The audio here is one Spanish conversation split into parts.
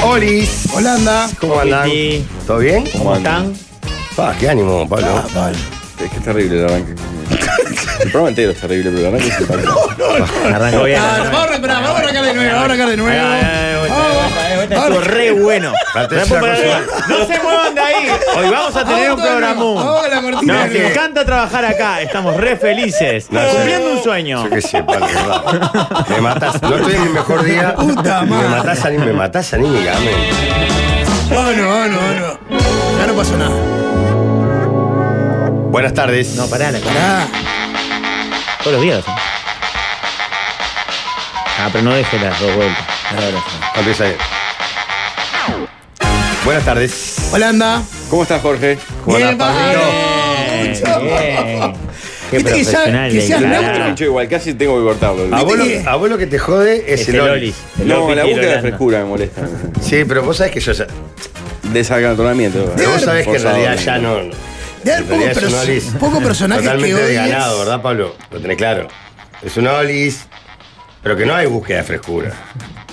Moris. Holanda. ¿Cómo andan? Sí. ¿Todo bien? ¿Cómo están? Pa, qué ánimo, Pablo. Es que es terrible el arranque. El programa entero es terrible, pero el arranque es impactante. Arrancó bien. Ah, no, vamos a recuperar, vamos a arrancar de nuevo, vamos a arrancar de nuevo. Este Estuvo re bueno. eh, Aparte, es una cosa- No se muevan de ahí. Hoy vamos a tener un Vamos con la- vamos programón. con la cortina Nos de nuevo. encanta trabajar acá. Estamos re felices. No sé. Cumpliendo un sueño. Yo qué sé, Pablo, verdad. Me matás. No estoy en mi mejor día. Puta madre. Me matás, aní- me matás anímicamente. Bueno, bueno, bueno. Ya no pasó nada. Buenas tardes. No, pará, la pará. Ah, Todos los días. Ah, pero no deje las dos vueltas. Ahora sí. Empieza bien. Buenas tardes. Holanda. ¿Cómo estás, Jorge? ¿Cómo Bien, andás, Pablito? Pablo. Mucho. Bien. Qué Viste que ya- profesional que de ya Clara. neutro. Yo igual, casi tengo que cortarlo. A vos, lo, que- a vos lo que te jode es, Es el olis. Olis. El No, Olis la y el búsqueda de Holanda. frescura me molesta. Sí, pero vos sabés que yo ya. Desacantonamiento. Pero vos sabés que en Forzado. realidad ya no. De haber en poco, realidad es un perso- olis. poco personaje Totalmente que odies. desganado, ¿verdad, Pablo? Lo tenés claro. Es un olis, pero que no hay búsqueda de frescura.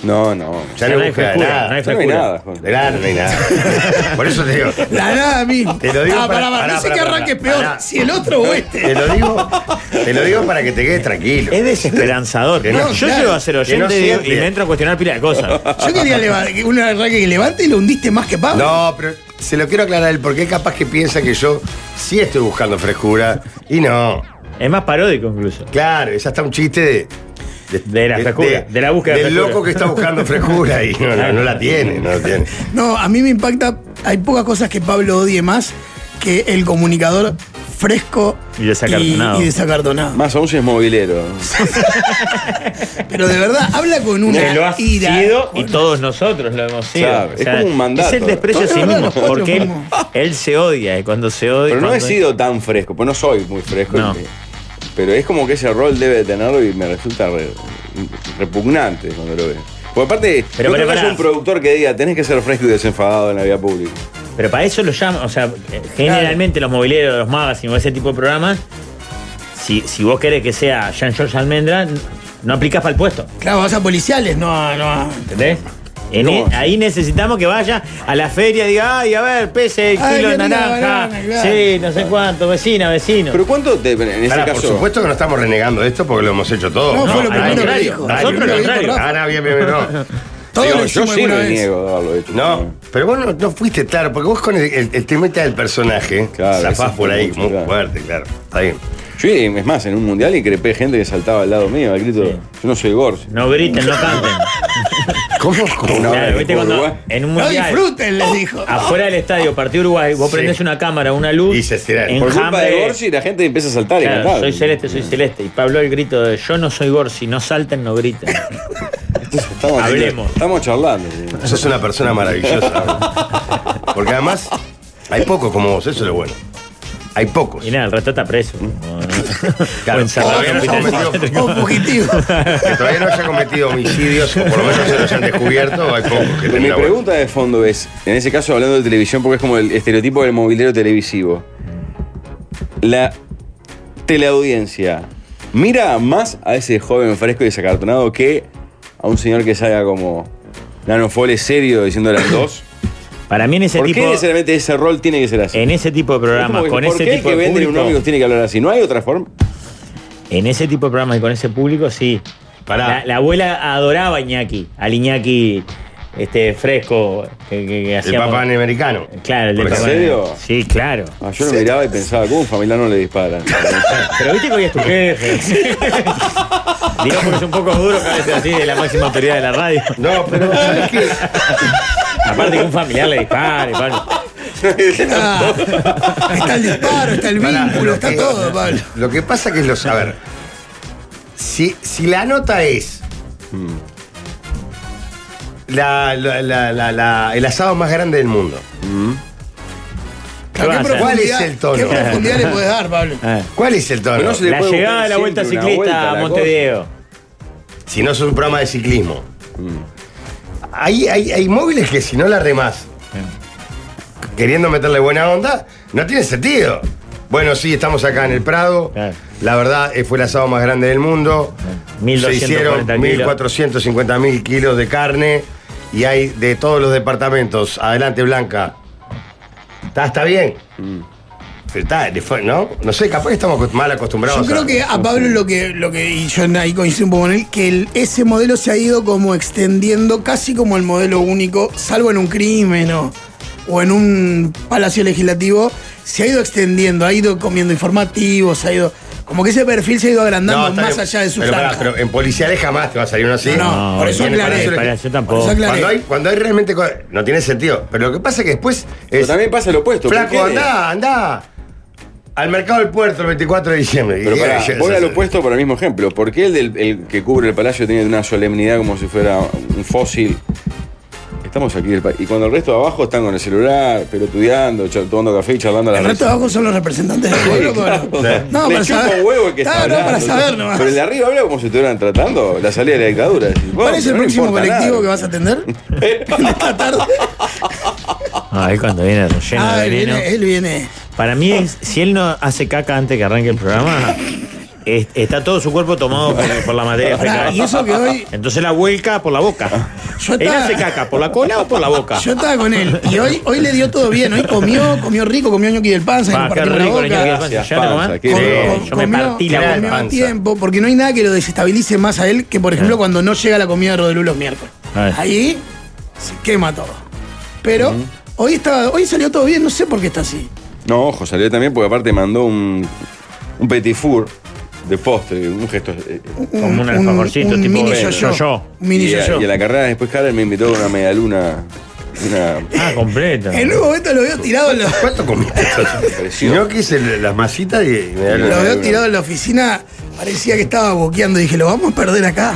No, no. Ya Ya no, no hay hay búsqueda de frescura, nada. no hay Ya no hay frescura. nada, Jorge. Claro, no hay nada. Por eso te digo. La nada misma. Te lo digo Ah, para- pará, pará. pará, No sé pará, qué pará, arranque es peor. pará. Si el otro o este. Te lo digo, te lo digo para que te quedes tranquilo. Es desesperanzador. Que no, yo claro. llego a ser Que no oyente y digo- siempre. y me entro a cuestionar pila de cosas. Yo quería levar- que un arranque que levante y lo hundiste más que Pablo. No, pero se lo quiero aclarar a él, porque capaz que piensa que yo sí estoy buscando frescura. Y no. Es más paródico incluso. Claro, es hasta un chiste de. De la frescura, de la búsqueda de Del frescura. loco que está buscando frescura y no, no, no la tiene, no la tiene. No, a mí me impacta. Hay pocas cosas que Pablo odie más que el comunicador fresco Y desacartonado. y- y desacartonado. Más aún si es movilero. Pero de verdad, habla con una Que lo has ira. sido con- y todos nosotros lo hemos sido. Claro, es como un mandato. Es el desprecio a sí Es verdad, mismo, nosotros porque él, fuimos. él se odia y cuando se odia. Pero no he cuando- sido tan fresco, pues no soy muy fresco. No. Pero es como que ese rol debe de tenerlo y me resulta re- repugnante cuando lo veo. Porque aparte, Pero, no pero, es pará. un productor que diga, tenés que ser fresco y desenfadado en la vía pública. Pero para eso lo llaman, o sea, generalmente los mobileros, los magazines o ese tipo de programas, si, si vos querés que sea Jean-Georges Almendra, no aplicás para el puesto. Claro, vas a policiales, no, a- no. a- ¿Entendés? En ¿Cómo? e- ahí necesitamos que vaya a la feria y diga, ay, a ver, pese el Ay, kilo de que tenga naranja. banana, claro. Sí, no sé cuánto, vecina, vecino. Pero ¿cuánto te, en ese Pará, caso? por supuesto que no estamos renegando de esto porque lo hemos hecho todos. No, fue al lo primero que contrario, dijo. nosotros lo Lo dijo contrario. Rafa. Ah, no, bien, bien, bien, no. Todo Digo, lo yo hicimos sí alguna me vez. niego a haberlo hecho. No, pero vos no, no fuiste claro, porque vos con el, el, el temita del personaje, Claro, zafás eso por ahí mucho, muy claro. fuerte, claro. Está bien. Yo, es más, en un mundial increpé gente que saltaba al lado mío, al grito, Sí. yo no soy Gorsi. No griten, no canten. ¿Cómo? Una hora Claro, que viste jugó cuando Uruguay. en un No mundial, disfruten, les dijo. afuera del estadio, partido Uruguay, vos Sí. prendés una cámara, una luz, Y se estiran. enjambre- Por culpa de Gorsi la gente empieza a saltar y Claro, cantar. soy celeste, soy celeste. Y Pablo el grito de yo no soy Gorsi, no salten, no griten. Estamos, Hablemos. Estamos charlando. Sos una persona maravillosa. Porque además, hay pocos como vos, eso es lo bueno. Hay pocos. Y nada, el resto está preso. Mm. como, ¿no? Claro, O encerrado en un todavía no hospital somos psiquiátrico. O fugitivo. Que todavía no haya cometido homicidios, o por lo menos se los han descubierto, hay pocos que Mi tengan la buena. pregunta de fondo es, en ese caso hablando de televisión, porque es como el estereotipo del movilero televisivo. La teleaudiencia mira más a ese joven fresco y desacartonado que a un señor que salga como nanofole serio diciendo las dos. Para mí en ese ¿Por qué Este tipo. necesariamente ese rol tiene que ser así? En ese tipo de Es como programas, que, con ¿Por ese qué tipo el que de vende un público. ómnibus tiene que hablar así? ¿No hay otra forma? En ese tipo de programas y con ese público, sí. Pará. La, la abuela adoraba a Iñaki, al Iñaki este, fresco que, que- que El hacíamos. Papa Americano. Claro, el de Por Papá ejemplo. serio? Noel. Sí, claro. Ah, yo lo miraba y pensaba, ¿cómo un familiar no le disparan? Pero viste que hoy es tu jefe. Digamos que es un poco duro que a veces así de la máxima autoridad de la radio. No, pero ¿sabes qué? Aparte que un familiar le dispare, Pablo. Ah, está el disparo, está el Pará, vínculo, lo está que- todo, Pablo. Lo que pasa que es lo A ver, si, si la nota es la- la- la- la- la- el asado más grande del mundo, ¿Qué vas a hacer? ¿Cuál es el tono? ¿Qué profundidad le puedes dar, Pablo? Ah. ¿cuál es el tono? No se le La puede llegada buscar de la vuelta siempre una ciclista vuelta a a la Montevideo. Si no es un programa de ciclismo. Hay, hay, hay móviles que si no la remás, queriendo meterle buena onda, no tiene sentido. Bueno, sí, estamos acá en el Prado. Claro. La verdad, eh, fue el asado más grande del mundo. Se 1240 hicieron kilos. 1.450.000 kilos de carne. y hay de todos los departamentos. Adelante, Blanca. ¿Está, está bien? Mm. Pero está, le fue- ¿no? No sé, capaz que estamos acost- mal acostumbrados. Yo creo a- que a Pablo lo que, lo que y yo ahí coincido un poco con él, que el- ese modelo se ha ido como extendiendo casi como el modelo único, salvo en un crimen o, o en un palacio legislativo, se ha ido extendiendo, ha ido comiendo informativos, ha ido. Como que ese perfil se ha ido agrandando No, está más bien. allá de su pero, pará, franja. pero eh, en policiales jamás te va a salir uno así. No, por eso Y en el aclaré. Palacio de Para- Legislativo- yo tampoco. Por eso aclaré. Cuando hay, cuando hay realmente. co- No tiene sentido. Pero lo que pasa es que después. Pero Es, también pasa lo opuesto. ¿por qué? flaco, andá, andá. Al mercado del puerto el 24 de diciembre. Pero Y- pará, y- voy al opuesto por el mismo ejemplo. ¿Por qué el, del- el que cubre el palacio tiene una solemnidad como si fuera un fósil? Estamos aquí del país. Y cuando el resto de abajo están con el celular, pelotudeando, cha- tomando café y charlando a la El resto de abajo son los representantes del pueblo. pero- No, Le para chupa saber. un huevo el que está Claro, no, para hablando. saber nomás. Pero el de arriba habla como si estuvieran tratando la salida de la dictadura. Decís, ¿Cuál bueno, es el no le próximo importa colectivo nada. que vas a atender? Esta tarde. Ah, él cuando viene relleno Ah, de él veneno. viene, él viene. Para mí, es- si él no hace caca antes que arranque el programa, es- está todo su cuerpo tomado por, por la materia Pará, fecal. y eso que hoy- Entonces la vuelca por la boca. Yo él estaba- hace caca por la cola o por la boca. Yo estaba con él y hoy, hoy le dio todo bien. Hoy comió, comió rico, comió ñoqui del panza, Pa, nos Ah, qué partimos la rico el boca. ñoqui de panza. Gracias, ¿Ya te panza, comás? qué Comió- rico. Yo me comió- partí la comió boca. a tiempo, porque no hay nada que lo desestabilice más a él que, por ejemplo, Eh. cuando no llega la comida de Rodelú los miércoles. Ay. Ahí se quema todo. Pero Mm. hoy, estaba, hoy salió todo bien, no sé por qué está así. No, ojo, salió también porque aparte mandó un, un petit four de postre, un gesto. eh, Como un alfajorcito, un tipo mini de- yo-yo. yo-yo. Un mini y, a- yo-yo. y a la carrera después Karen me invitó con una medialuna. Una Ah, completo. En un momento lo veo tirado en la, ¿Cuánto comiste? Si impresión. no quise las masitas y me da lo la- veo tirado en la oficina, parecía que estaba boqueando. Dije, lo vamos a perder acá.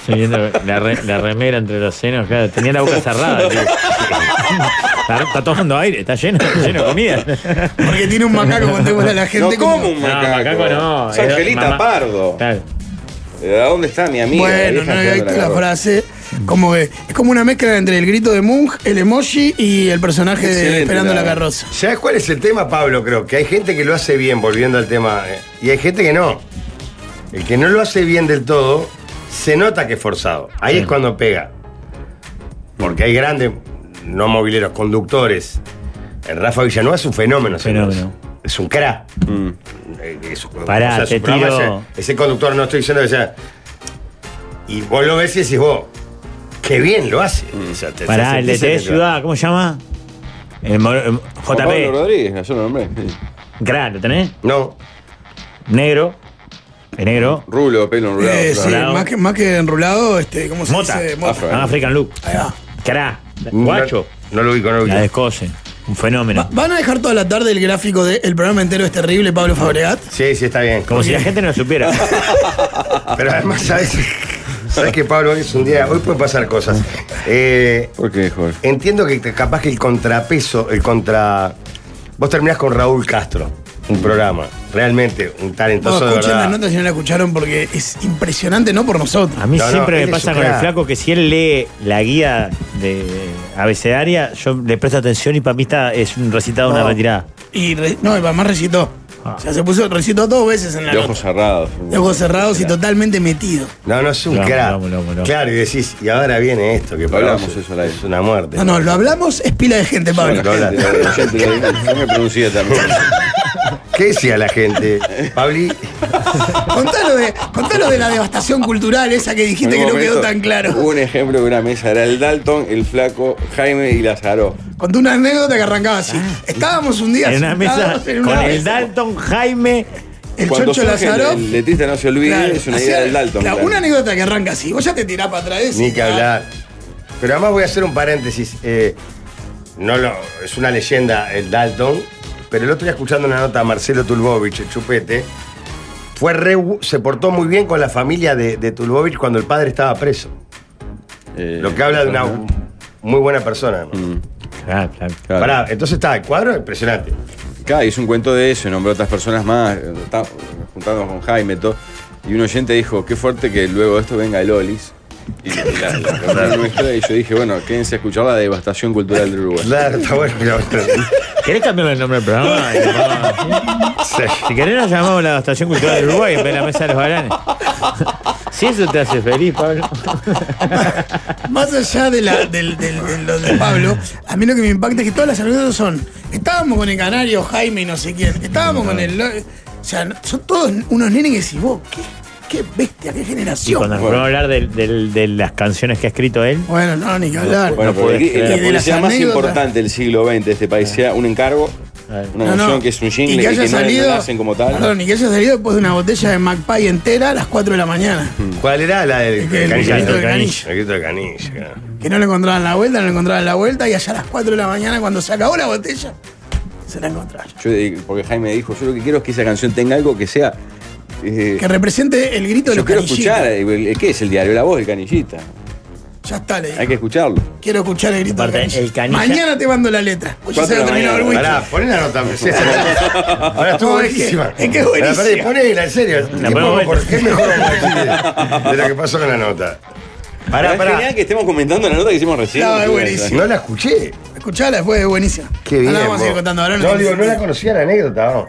Estoy viendo la, re- la remera entre los senos, claro, tenía la boca cerrada. tío. Está, está tomando aire, está lleno, está lleno de comida. Porque tiene un macaco cuando vemos a la No gente. como un No, macaco. macaco no. Es Angelita mamá- Pardo. Claro. ¿De dónde está mi amiga? Bueno, no Vieja había que visto la la agarró. frase. Como que es como una mezcla entre el grito de Munch, el emoji y el personaje de Excelente, Esperando la la- carroza. ¿Sabes cuál es el tema, Pablo? Creo que hay gente que lo hace bien, volviendo al tema, eh, y hay gente que no. El que no lo hace bien del todo, se nota que es forzado. Ahí es cuando pega. Porque hay grandes, no mobileros, conductores. El Rafa Villanueva es un fenómeno. señores. Fenómeno. Es un crack. Mm. Eh, es un- Pará, su te programa, tiro- Ese, ese conductor, no estoy diciendo que sea... Y vos lo ves y decís vos, qué bien lo hace. O sea, te- Mm. Pará, te el sentís DT de en el- Ciudad, ¿cómo se llama? El, mo- el Juan Pablo JP. Rodríguez, yo lo nombré. sí. Gran, ¿lo tenés? No, Negro. El negro. Rulo, pelo enrulado. Eh, claro. sí, Enrulado. más que, más que enrulado, este, ¿cómo se Mota. dice? Mota. Afro. Ah, African Look. Ahí va. Cará. No- Guacho. No, lo ubico, no lo ubico. La descoce. Un fenómeno. Va- ¿Van a dejar toda la tarde el gráfico del programa entero es terrible, Pablo Fabregat? Sí, sí, está bien. Como si la gente no lo supiera. Pero además, ¿sabes? ¿Sabes que Pablo hoy es un día? Hoy pueden pasar cosas. Eh, ¿Por qué, Jorge? entiendo que te- capaz que el contrapeso, el contra. Vos terminás con Raúl Castro, un programa. Realmente, un No, talentoso de escuchen la verdad. nota si no la escucharon porque es impresionante, no por nosotros. A mí No, no, siempre él me es pasa un con el crack. flaco que si él lee la guía de abecedaria, yo le presto atención y para mí está, es un recitado, una No. retirada. Y re- no, y además recitó. Ah. O sea, se puso, recitó dos veces en la De ojos nota. cerrados. De ojos cerrados y totalmente metido. No, no, es un Lo amo, crack. lo amo, lo amo, lo amo. Claro, y decís, y ahora viene esto, que Lo para vos hablamos es- eso al aire. Es una muerte. No, no, lo hablamos, es pila de gente, Pablo. Bueno, La gente, Hola. la gente, la gente, yo me pronuncié también. ¿Qué decía la gente? Pabli, Contalo de, contalo de la devastación cultural esa que dijiste que En no un quedó momento, tan Hubo claro. un ejemplo de una mesa. Era el Dalton, el Flaco, Jaime y Lazaro. Contó una anécdota que arrancaba así. Estábamos un día Ah. En una mesa sentados en una con el mesa. Dalton, Jaime. el Cuando Chocho surge el- Lazaro. El letrista no se olvide, claro, es una hacía idea del Dalton. la- claro. Una anécdota que arranca así. Vos ya te tirás para atrás. ni que ya. hablar. Pero además voy a hacer un paréntesis. eh, no lo, es una leyenda el Dalton, pero el otro día escuchando una nota a Marcelo Tulbovich, el chupete, fue re bu- se portó muy bien con la familia de, de Tulbovich cuando el padre estaba preso. Eh, Lo que habla de una muy buena persona. además. Claro, Ah, claro. claro. Pará, entonces está, el cuadro impresionante. Claro, hizo un cuento de eso, nombró a otras personas más, eh, está- nos juntamos con Jaime, todo, y un oyente dijo, qué fuerte que luego de esto venga el Olis. Y, la, la- la reunión nuestra, y yo dije, bueno, quédense a escuchar la devastación cultural del Uruguay. Claro, está bueno. mira, bueno. ¿Querés cambiarle el nombre del programa? Y lo ponemos así. Sí. Si querés nos llamamos la Estación Cultural del Uruguay en vez de la Mesa de los Balanes. Si eso te hace feliz, Pablo. Más allá de, la, del, del- de lo de Pablo, a mí lo que me impacta es que todas las anécdotas son. Estábamos con el canario Jaime y no sé quién. Estábamos con el. O sea, no- son todos unos nenes que decís, vos, qué, qué bestia, qué Y generación. cuando nos ponemos a hablar del- del- de, las canciones que ha escrito él, Bueno, no, ni que hablar. Bueno, No pero podés el- creer. la Y de las publicidad más anécdotas. importante del siglo XX de este país sea un encargo, Claro. una No, no. canción que es un jingle y que, haya no- salido, no la hacen como tal. Perdón, y que haya salido después de una botella de McPie entera a las 4 de la mañana. Mm. ¿Cuál era la del El que- el canilla? grito El del grito canilla. del canilla. claro. Que no le encontraban la vuelta, no le encontraban la vuelta, y allá a las 4 de la mañana, cuando se acabó la botella, se la encontraron. Yo, eh, porque Jaime dijo, yo lo que quiero es que esa canción tenga algo que sea... eh, Que represente el grito de yo los quiero canillitos. escuchar, eh, el- el- ¿qué es el diario? La voz del canillita. Ya está, le digo. Hay que escucharlo. Quiero escuchar el grito Aparte, del canilla. el canilla- Mañana te mando la letra. Oye, Cuatro se de ha la terminado el mañana, wiki. Pará, poné la nota. me sé. Ahora estuvo No, es que- buenísima. es que es buenísima. Ahora, perdí, Ponela, en serio. ¿Qué, ponemos poco- por, vuelta. ¿Qué mejor de, de lo que pasó con la nota? Pero Pará, es pará. genial que estemos comentando la nota que hicimos recién. No, es buenísimo. No la escuché. Escuchala después, es buenísima. Qué bien. Ahora Ah, vamos a seguir vos. contando. Ahora no, tiene digo, no la sentido. conocía la anécdota. vamos.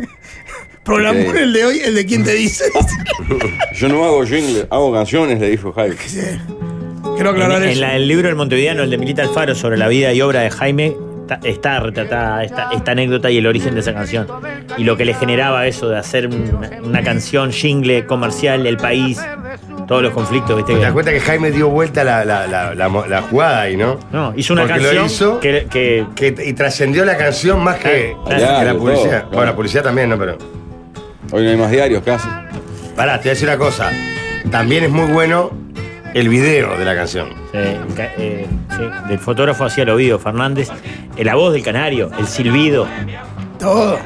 Programó el de hoy, el de quién te dice. Yo no hago jingle, hago canciones, le dijo Jaime. Quiero en, aclarar en eso. la- el libro El Montevideano, el de Milita Alfaro, sobre la vida y obra de Jaime, ta- está retratada esta, esta anécdota y el origen de esa canción. Y lo que le generaba eso de hacer una, una canción jingle comercial del país, todos los conflictos, ¿viste? ¿Te que- das cuenta que Jaime dio vuelta la, la, la, la, mo- la jugada ahí, no? No, hizo una Porque lo canción hizo- que, que- Que, y trascendió la canción más que, Ah, que claro, la todo, publicidad. claro. Bueno, la publicidad también, ¿no? Pero. Hoy no hay más diarios casi. Pará, te voy a decir una cosa. También es muy bueno el video de la canción. eh, ca- eh, sí, del fotógrafo hacía el oído, Fernández, eh, la voz del canario, el silbido. Todo.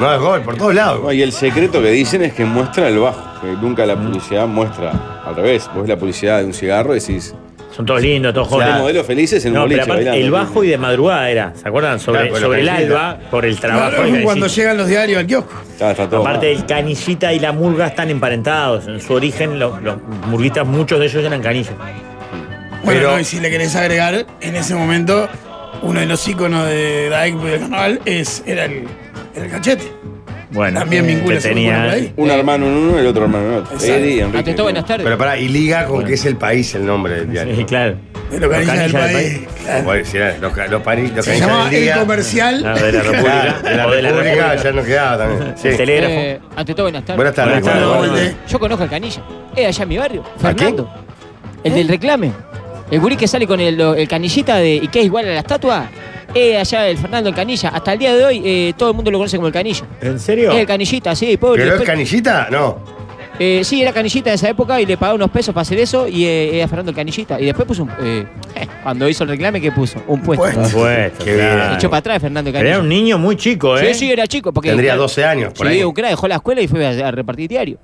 No, es gol, por todos lados. No, y el secreto que dicen es que muestra el bajo, que nunca la publicidad muestra al revés. Vos ves la publicidad de un cigarro y decís, Son todos lindos, todos "Son jóvenes. modelos felices en un No, pero boliche aparte, bailando". el bajo y de madrugada era, ¿se acuerdan? Sobre, Claro, con la sobre el canillita. alba, por el trabajo. Claro, que cuando decís. llegan los diarios al kiosco. Está, está todo Aparte, mal. el canillita y la murga están emparentados. En su origen, lo- los, murguistas, muchos de ellos eran canillos. Bueno, Pero- no, y si le querés agregar, en ese momento, uno de los íconos de Dyke del carnaval es, era el, el cachete. Bueno, eh, También vincula que ese tenía, recuerdo ¿eh? ahí. un hermano en uno y el otro hermano en otro. Exacto. Eddie, Enrique. Ante todo, buenas tardes. Pero pará, y liga con que es el país el nombre del diario. Sí, claro. De los canillas del país. claro. Bueno, si era los, ca- los, pari- los Se canillas llamaba del El día. Comercial. Ah, de la Claro, de República. la o de la República República. ya nos quedaba también. El Sí. telégrafo. Eh, ante todo, buenas tardes. Buenas tardes. Buenas tardes, Juan. Walde. Yo conozco al canilla. Es allá en mi barrio. ¿A qué? Fernando. El del reclame. El gurí que sale con el, lo- el canillita de, y que es igual a la estatua. Es allá el Fernando el canilla. Hasta el día de hoy eh, todo el mundo lo conoce como el canilla. ¿En serio? Es el canillita, sí, pobre. ¿Pero es Después- canillita? No. eh, sí, era canillita de esa época y le pagaba unos pesos para hacer eso y eh, era Fernando el canillita. Y después puso un... eh, cuando hizo el reclame, ¿qué puso? Un puesto. Puesto. Supuesto, Qué claro. bien. Echó para atrás Fernando el Pero canilla. era un niño muy chico, ¿eh? Sí, sí, era chico. Porque, Tendría 12 años, por sí, ahí. un crack, dejó la escuela y fue a, a repartir diario.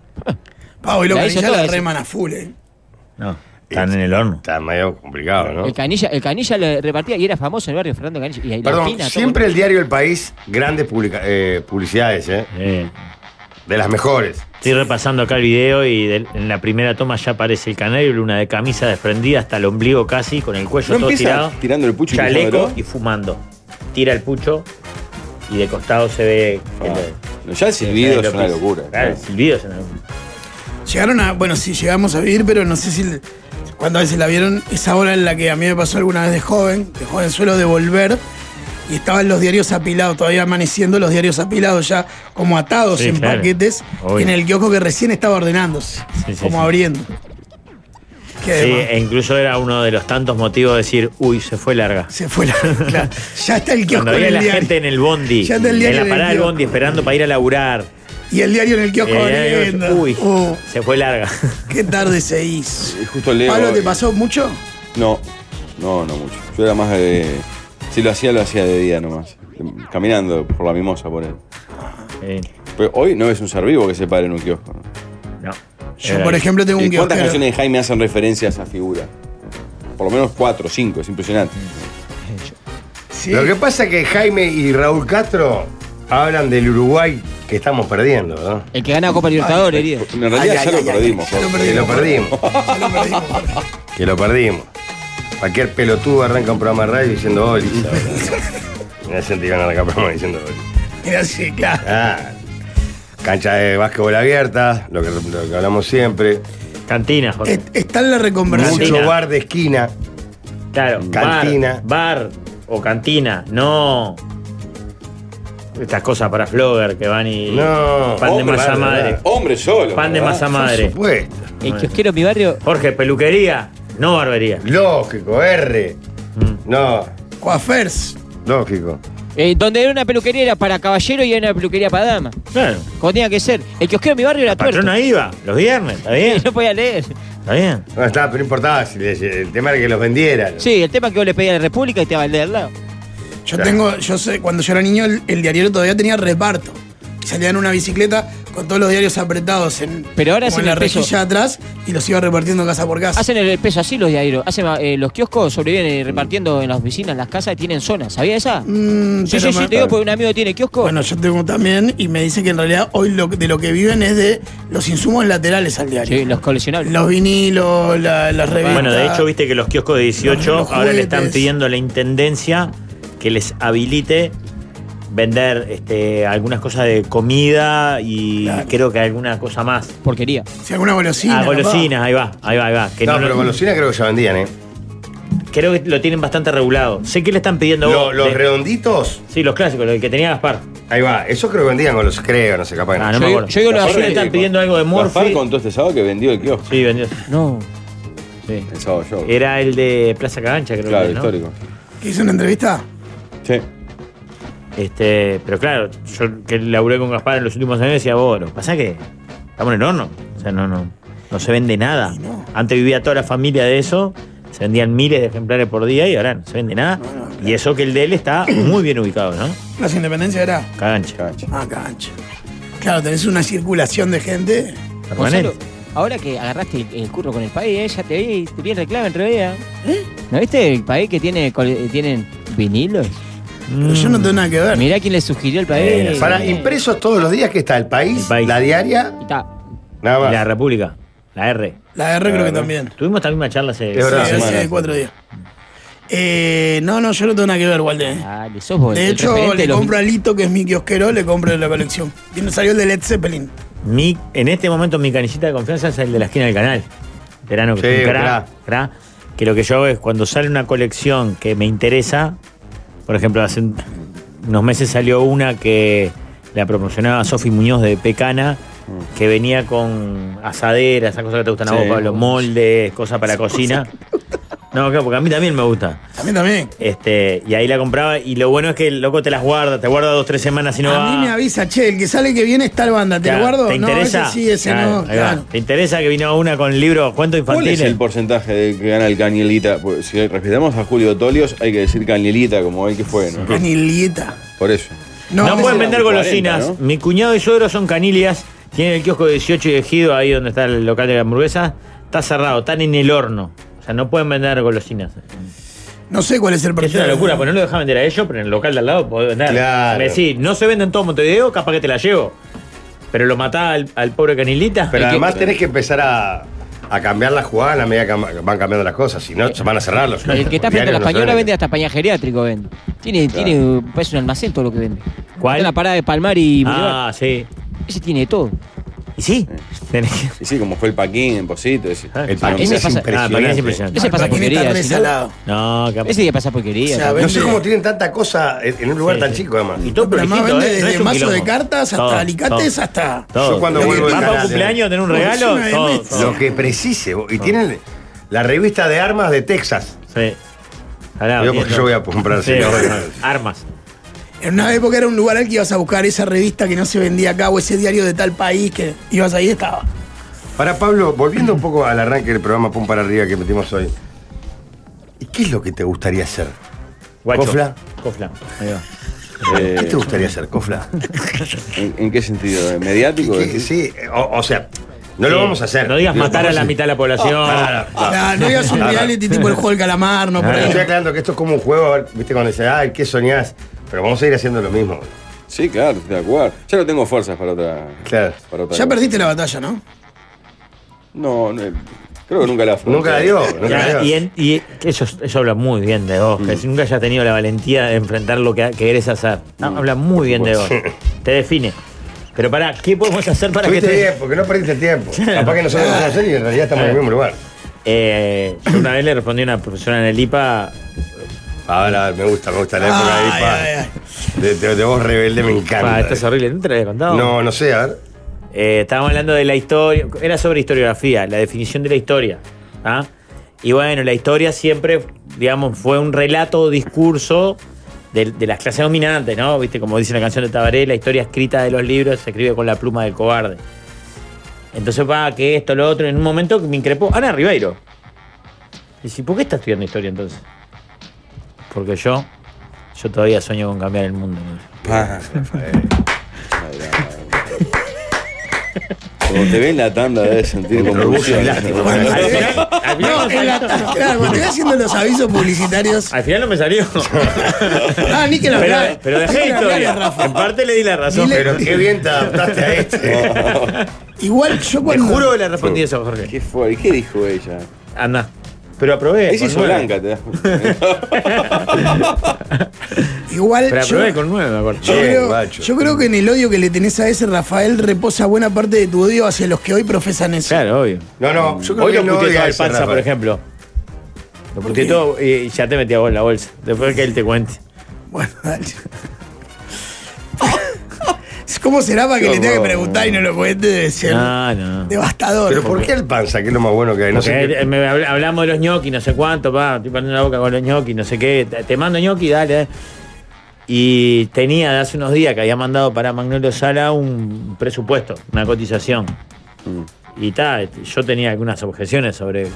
Pau, y los La hizo canillas toda la esa. reman a full, eh. No, están en el horno. Está medio complicado, ¿no? El canilla, el canilla le repartía y era famoso en el barrio Fernando Canilla. Y ahí la Perdón, esquina, todo siempre con- el diario El País, grandes publica- eh, publicidades, ¿eh? Eh, De las mejores. Estoy repasando acá el video y del- en la primera toma ya aparece el canario, una de camisa desprendida hasta el ombligo casi, con el cuello ¿No todo empieza tirado. tirando el pucho y Chaleco empieza a y fumando. Tira el pucho y de costado se ve. el- No, Ya el silbido es una locura. pues. Claro, el silbido es una locura. Llegaron a. Bueno, sí, llegamos a vivir, pero no sé si. el- Cuántas veces la vieron, esa hora en la que a mí me pasó alguna vez de joven, de joven suelo devolver, y estaban los diarios apilados, todavía amaneciendo los diarios apilados ya como atados Sí, en claro. paquetes, Obvio. en el kiosco que recién estaba ordenándose, Sí, sí, como sí. abriendo. Que Sí, además e incluso era uno de los tantos motivos de decir, uy, se fue larga. se fue la. claro, ya está el kiosco Cuando en veía el la diario. gente en el bondi, Ya está el diario en la en el parada del kiosco. bondi esperando para ir a laburar. Y el diario en el kiosco Eh, abriendo. uy, Oh, se fue larga. qué tarde se hizo. Y justo leo. eh. Pablo, ¿te pasó mucho? No, no, no mucho. Yo era más de. Si lo hacía, lo hacía de día nomás. Caminando por la mimosa por él. Eh, Pero hoy no es un ser vivo que se pare en un kiosco. ¿no? no. Eh, Yo, Era- por ejemplo, tengo un ¿Y kiosco. ¿Cuántas canciones de Jaime hacen referencia a esa figura? Por lo menos cuatro, cinco, es impresionante. Lo que pasa es que Jaime y Raúl Castro hablan del Uruguay que estamos perdiendo, ¿no? El que gana Copa Libertadores, herido. En realidad Ay, ya ay, lo ay, ay, perdimos. ya lo Jorge. Que lo perdimos. Que lo perdimos. Cualquier pelotudo arranca un programa de radio diciendo Oli. Me sentí ganar acá un programa diciendo Oli. Era así, claro. Ah, cancha de básquetbol abierta, lo que, lo que hablamos siempre. Cantina, Jorge. Est- Está en la reconversión. Cantina. Mucho bar de esquina. Claro, bar, Cantina. Bar, o cantina, no. Estas cosas para flogger que van y. No. Pan de Hombre, masa claro, madre. claro. Hombre solo. Pan de ¿verdad? masa Por madre. supuesto. El kiosquero de mi barrio, Jorge, peluquería, no barbería. Lógico, R. Mm. No, Coafers. lógico. eh, donde era una peluquería era para caballero y era una peluquería para dama. Claro. Como tenía que ser. El kiosquero de mi barrio era tuerto. Patrona iba, los viernes, está bien, No podía leer. está bien. No, estaba, pero no importaba. si le- el tema era que los vendieran. Sí, el tema que vos le pedías a la República y te va el de al lado. Yo Claro. tengo, yo sé, cuando yo era niño, el, el diario todavía tenía reparto. Salía en una bicicleta con todos los diarios apretados en, Pero ahora como hacen en la el peso- rejilla atrás y los iba repartiendo casa por casa. Hacen el peso así los diarios. Hacen, eh, los kioscos sobreviven eh, repartiendo en las oficinas, en las casas, y tienen zonas. ¿Sabía esa? Mm, sí, sí, pero sí, me- te digo porque un amigo tiene kiosco. Bueno, yo tengo también y me dice que en realidad hoy lo, de lo que viven es de los insumos laterales al diario. Sí, los coleccionables. Los vinilos, la- las revistas. Bueno, de hecho, viste que los kioscos de 18 Los- los ahora le juguetes. están pidiendo a la intendencia que les habilite vender este, algunas cosas de comida y Claro. creo que alguna cosa más. Porquería. Si alguna golosina. ah, capaz. golosinas, ahí va, ahí va, ahí va. Que no, no- pero golosina creo que ya vendían, ¿eh? Creo que lo tienen bastante regulado. Sé que le están pidiendo. Lo- vos, los de- redonditos, Sí, los clásicos, el que tenía Gaspar. ahí va. Eso creo que vendían golosinas, creo, no sé, capaz. que no. Ah, no Yo me digo- acuerdo. yo digo los Gaspar azules. le están pidiendo algo de Gaspar Morphy. contó este sábado que vendió el kiosco. Sí, vendió. No. Sí. El sábado yo. Era el de Plaza Cagancha, creo Claro, que, ¿no? histórico. ¿Que hizo una entrevista? Sí. Este, pero claro, yo que laburé con Gaspar en los últimos años decía, vos, lo que pasa es que estamos en el horno. O sea, no, no, no se vende nada. Antes vivía toda la familia de eso, se vendían miles de ejemplares por día y ahora no se vende nada. Y eso que el de él está muy bien ubicado, ¿no? Plaza Independencia era. Cagancha. Cacho. Ah, cancha. Claro, tenés una circulación de gente. Gonzalo, Permanente. ahora que agarraste el, el curro con el país, eh, ya te vi, te vi el reclamo entre día. ¿Eh? ¿No viste el país que tiene cole- tienen vinilos? Pero yo no tengo nada que ver. Mirá quién le sugirió el país. Eh, Para Eh, impresos todos los días que está el país, El País. la diaria, y ta. nada Y más. Mm, La República, la R. La R creo que también. Tuvimos también una charla hace. Es verdad. Sí, semana. hace cuatro días. Eh, no, no, yo no tengo nada que ver, Walde. Ah, eh. Dale, sos pues, vos. De el hecho, referente le de los- compro a Lito, que es mi kiosquero, le compro la colección. Y me salió el de Led Zeppelin. Mi- en este momento mi canillita de confianza es el de la esquina del canal. Verano que Sí, es un cra- cra. cra, Que lo que yo hago es cuando sale una colección que me interesa, por ejemplo, hace un- unos meses salió una que la promocionaba Sofi Muñoz de Pecana, que venía con asaderas, esas cosas que te gustan a Sí. vos, Pablo, moldes, cosas para cocina. No, claro, porque a mí también me gusta. A mí también. Este, y ahí la compraba, y lo bueno es que el loco te las guarda, te guarda dos, tres semanas y no a va. mí me avisa, che, el que sale que viene es tal banda, ¿te lo Claro, guardo? ¿Te interesa? No, ese sí, ese Claro, no, ahí va. claro. ¿Te interesa que vino una con libros cuentos ¿Cuál infantiles? es el porcentaje de que gana el Cañelita? Porque si respetamos a Julio Tolios, hay que decir Cañelita como él que fue, ¿no? Ni lieta. Por eso. no ese- pueden era vender un 40, golosinas. ¿no? Mi cuñado y suegro son canilias. Tienen el kiosco de 18 y de Ejido, ahí donde está el local de hamburguesas. Está cerrado, están en el horno. O sea, no pueden vender golosinas. No sé cuál es el Es porcentaje. una locura, porque no lo dejan vender a ellos, pero en el local de al lado podés vender. Claro. Me decís, no se vende en todo Montevideo, capaz que te la llevo. Pero lo matá al, al pobre canilita. Pero Es que- además tenés que empezar a, a cambiar la jugada a la medida que am- van cambiando las cosas, si no, se van a cerrar los El que está frente a la diarios no se española venden. vende hasta pañal geriátrico, vende. Tiene, tiene pues, un almacén todo lo que vende. ¿Cuál? Está en la parada de Palmar y Boulevard. Ah, sí. Ese tiene de todo. Y sí. Tenés que- Y sí, como fue el Paquín en Posito. ese. El Ah, paquín Ese es pasa- el Paquín es impresionante. impresionante. Ese pasa Paquín está porquería. si no- resalado. No, capaz. Ese día pasa O porquería. sea, No Vende- sé cómo tienen tanta cosa en en un lugar Sí, tan sí. chico, además. Y todo Pero además prolijito, vende ¿eh? No es desde un mazo de quilombo. cartas hasta Todo, alicates todo. hasta. Todo. Yo cuando Lo vuelvo del que- vas para canal, un cumpleaños, tener un Porque es regalo, una todo, demencia. todo. Lo que precise. vos. Y tienen la revista de armas de Texas. Sí. Ojalá, Yo, bien, porque ¿no? yo voy a comprar Sí, así, ¿no? bueno, armas. En una época era un lugar al que ibas a buscar esa revista que no se vendía acá o ese diario de tal país que ibas ahí y estaba. Para Pablo, volviendo un poco al arranque del programa Pum para arriba que metimos hoy. ¿Y qué es lo que te gustaría hacer? Guacho. Cofla. Cofla. Eh, ¿Qué te gustaría hacer, Cofla? ¿en, en qué sentido? ¿Eh? ¿Mediático? ¿Qué- qué- sí, o, o sea, no lo Sí. vamos a hacer. No digas Lo matar a vamos la mitad de la población. Claro, claro. Ah, no ibas a un Ah, reality tipo el juego del calamar, no por Pero ahí. Estoy aclarando que esto es como un juego, a ver, viste, cuando dices, ay, ¿qué soñás? Pero vamos a ir haciendo lo mismo. Sí, claro, estoy de acuerdo. Ya no tengo fuerzas para otra. Claro. para Ah. otra Ya cosa. perdiste la batalla, ¿no? No, no, creo que nunca la afronté. Nunca la dio, nunca la Ya, dio. y en- y eso, eso habla muy bien de vos, que Mm. si nunca hayas Mm. tenido la valentía de enfrentar lo que, que querés hacer. No, Habla muy bien de vos. Te define. Pero pará, ¿qué podemos hacer para que Tuviste te... bien, porque no perdiste el tiempo. Capaz que nosotros no somos y en realidad estamos en el mismo lugar. Eh, yo una vez le respondí a una profesora en el IPA. Ahora me gusta, me gusta la época Ay, ahí, pa. ay, ay. De, de- de voz rebelde me Pa, encanta. esto es horrible, ¿no te lo había contado? No, no sé, a ver. Eh, estábamos hablando de la historia, era sobre historiografía, la definición de la historia. ¿ah? Y bueno, la historia siempre, digamos, fue un relato o discurso de, de las clases dominantes, ¿no? Viste, como dice la canción de Tabaré, la historia escrita de los libros se escribe con la pluma del cobarde. Entonces, va, que esto, lo otro, en un momento me increpó Ana Ribeiro. Y si, ¿por qué está estudiando historia entonces? Porque yo, yo todavía sueño con cambiar el mundo. ¿no? Ah, Como te ven la tanda debes sentir Con orgullo y convulsión. lástima. Al Bueno, final, al final No, no en la- salió. claro, cuando estoy haciendo los avisos publicitarios. Al final no me salió. Ah, ni que lo pero, hablar. pero Ni dejé que lo hablar, historia. Rafa. En parte le di la razón. Dile- Pero qué bien te adaptaste a este. Igual yo Te cuando. juro que le respondí eso, Jorge. ¿Qué fue? ¿Qué dijo ella? Anda. Pero aprobé. Es hizo con nueve. blanca, te das ¿eh? cuenta. Igual Pero yo, aprobé con nueve, me acuerdo. yo Bien, creo, guacho. yo creo que en el odio que le tenés a ese Rafael reposa buena parte de tu odio hacia los que hoy profesan eso. Claro, obvio. No, no, yo creo Hoy que lo no puteé odia todo al ese panza, Rafa. por ejemplo. Lo ¿Por puteé qué? todo y ya te metí a vos en la bolsa. Después que él te cuente. Bueno, dale. ¿Cómo será para que le tenga que preguntar y no lo cuente? Debe ser No, no. devastador. Pero ¿por qué el panza? Que es lo más bueno que hay. No Porque sé. qué- él- me habl- hablamos de los ñoquis, no sé cuánto, pa, estoy perdiendo la boca con los ñoquis, no sé qué. Te te mando ñoqui, dale. dale. Y tenía de hace unos días que había mandado para Magnolio Sala un presupuesto, una cotización. Mm. Y tal, yo tenía algunas objeciones sobre.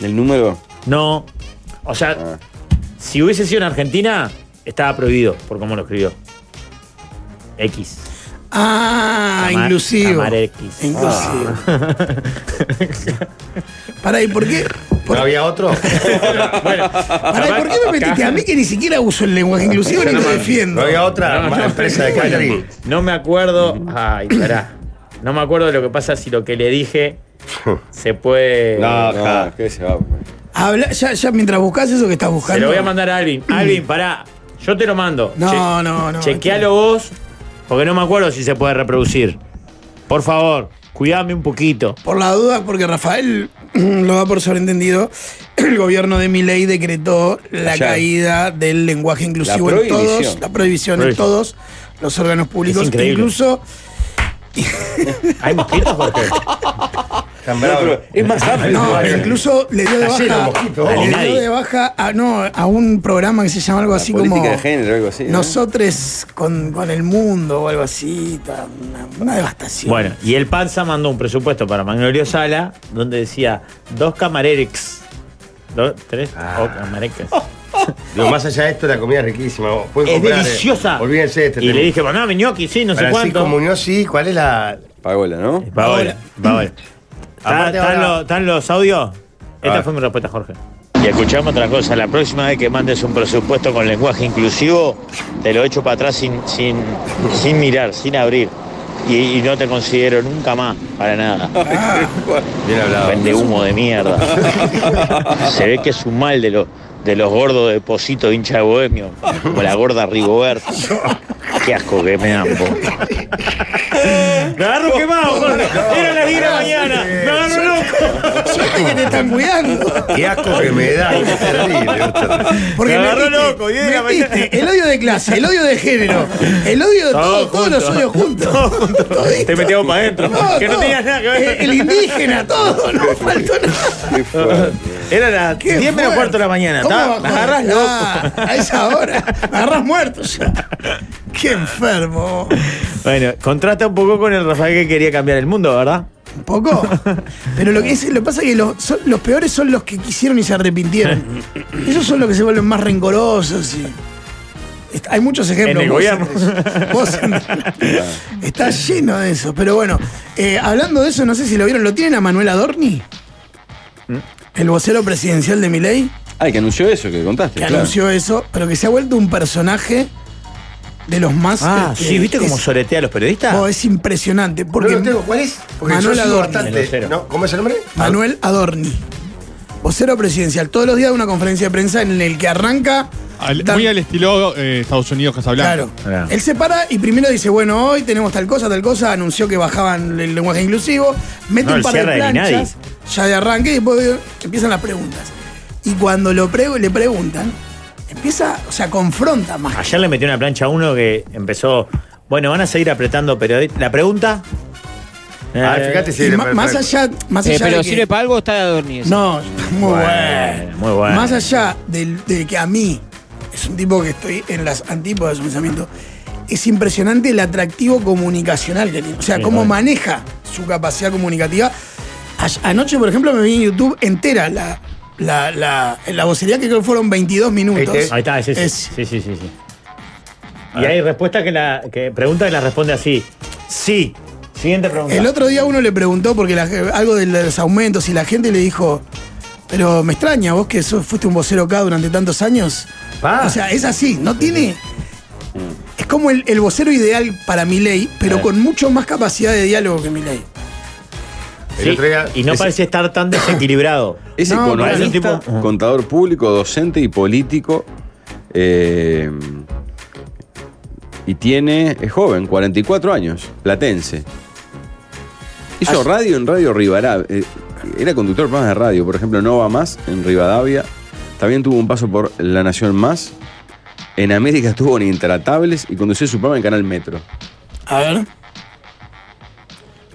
El número. No. O sea, Ah. si hubiese sido en Argentina, estaba prohibido por cómo lo escribió. X. Ah, Tamar- inclusivo. Tamar X. Inclusivo. Ah. Pará, ¿y por qué? ¿No había otro? Bueno, Pará, ¿y por qué me metiste a mí que ni siquiera uso el lenguaje inclusivo ni lo ¿No defiendo? había otra? No, Más no. empresa de catering. No me acuerdo. Ay, pará. No me acuerdo de lo que pasa si lo que le dije se puede. No, No, ja. ¿qué se va? pues. Habla, ya, ya mientras buscas eso que estás se buscando. lo voy a mandar a Alvin. Alvin, pará. Yo te lo mando. No, Che- no, este- no. Chequealo vos, porque no me acuerdo si se puede reproducir. Por favor, cuidame un poquito. Por la duda, porque Rafael lo da por sobreentendido, el gobierno de Milei decretó la Allá. caída del lenguaje inclusivo en prohibición. todos, la prohibición en Prohibición. todos los órganos públicos, Es increíble. incluso ¿Hay mosquitos, Jorge? Tan No, bravo. pero es más amplio. ¿eh? No, Vale. incluso le dio de Está lleno, baja. mojito. Dale, Le nadie. dio de baja a, no, a un programa que se llama algo así política como. de ¿eh? género, algo así. ¿no? Nosotros con, con el mundo o algo así. ta- Una, una devastación. Bueno, y el Panza mandó un presupuesto para Magnolio Sala donde decía dos camarerex. Dos, tres, o camarerex. Digo, más allá de esto, la comida es riquísima. Pueden Es comprar, eh. deliciosa. Olvídense de este Y tema. le dije, bueno, mi ñoqui, sí, no sé Francisco cuánto. Muñoz, sí, ¿cuál es la...? Paola, ¿no? Paola, Paola. ¿Está- Aparte ¿Están ahora- los, están los audios? Esta Ah. fue mi respuesta, Jorge. Y escuchamos otra cosa. La próxima vez que mandes un presupuesto con lenguaje inclusivo, te lo echo para atrás sin, sin, sin mirar, sin abrir. Y, y no te considero nunca más, para nada. Bien Ah, hablado. Vende humo de mierda. Se ve que es un mal de los de los gordos de Posito, hincha de bohemio, como la gorda Rigoberta. Qué asco que me dan, po. Me agarro quemado, Jorge. Era las 10 de la mañana. Me agarro loco. Suerte que te están cuidando. Qué asco que me da. qué terrible, qué terrible. Porque Me agarró metiste- loco, diez de la metiste mañana. el odio de clase, el odio de género, el odio de todo, todos los odios juntos. Todito. Te metíamos para adentro. No, que no todo. tenías nada que Eh, El, ver. indígena, todo, no faltó nada. Qué fuerte. Era las Qué 10 menos fuerte. cuarto de la mañana. ¿Cómo ta, bajó? Me agarras loco. Ah, A esa hora. Me agarras muerto ya. Qué enfermo. Bueno, contrasta un poco con el Rafael que quería cambiar el mundo, ¿verdad? Un poco. Pero lo que es, lo que pasa es que los, son- los peores son los que quisieron y se arrepintieron. Esos son los que se vuelven más rencorosos. y- Est- Hay muchos ejemplos. En el vos gobierno. sabés. Vos sabés. Está lleno de eso. Pero bueno, eh, hablando de eso, no sé si lo vieron. ¿Lo tienen a Manuel Adorni? ¿Mm? El vocero presidencial de Milei. Ah, que anunció eso, que contaste. que claro. anunció eso, pero que se ha vuelto un personaje de los más. Ah, este, sí, ¿viste cómo es, soletea a los periodistas? oh, es impresionante. Porque no lo tengo. ¿Cuál es? Porque Manuel yo sigo Adorni. bastante. Melocero. ¿No? ¿Cómo es el nombre? Manuel Adorni, vocero presidencial, todos los días da una conferencia de prensa en el que arranca Al- Tan- muy al estilo eh, Estados Unidos Casablanca. Claro. Claro. Él se para y primero dice, bueno, hoy tenemos tal cosa, tal cosa, anunció que bajaban el lenguaje inclusivo, mete No, un el par de cierre de planchas, ya de arranque y después eh, empiezan las preguntas. Y cuando lo prego- le preguntan, empieza, o sea, confronta más. Ah, Ayer le metió una plancha a uno que empezó. Bueno, van a seguir apretando, pero la pregunta. Ah, Eh, fíjate si Y le- ma- más allá, más Eh, allá pero de que- sirve para algo o está dormido. No, muy bueno. muy bueno. Más allá del, de que a mí es un tipo que estoy en las antípodas de su pensamiento, es impresionante el atractivo comunicacional que tiene. O sea, Sí, cómo obvio. maneja su capacidad comunicativa. Ay- Anoche, por ejemplo, me vi en YouTube entera la, la, la, la vocería que creo que fueron 22 minutos. Este. Ahí está, es ese. Es- Sí, sí, sí, sí. Y hay respuesta que la. Que pregunta que la responde así. Sí. Siguiente pregunta. El otro día uno le preguntó porque la- algo de los aumentos y la gente le dijo, pero me extraña, vos que sos- fuiste un vocero acá durante tantos años. Ah. O sea, es así, no tiene... Es como el, el vocero ideal para Milei, pero con mucho más capacidad de diálogo que Milei. El Sí, otro día- y no ese- parece estar tan desequilibrado. Es No, economista, parece un tipo- contador público, docente y político. eh, y tiene, es joven, 44 años, platense. Hizo radio en Radio Rivadavia. eh, era conductor más de radio, por ejemplo, No va más en Rivadavia. También tuvo un paso por La Nación Más. En América estuvo en Intratables y condució su programa en Canal Metro. A ver.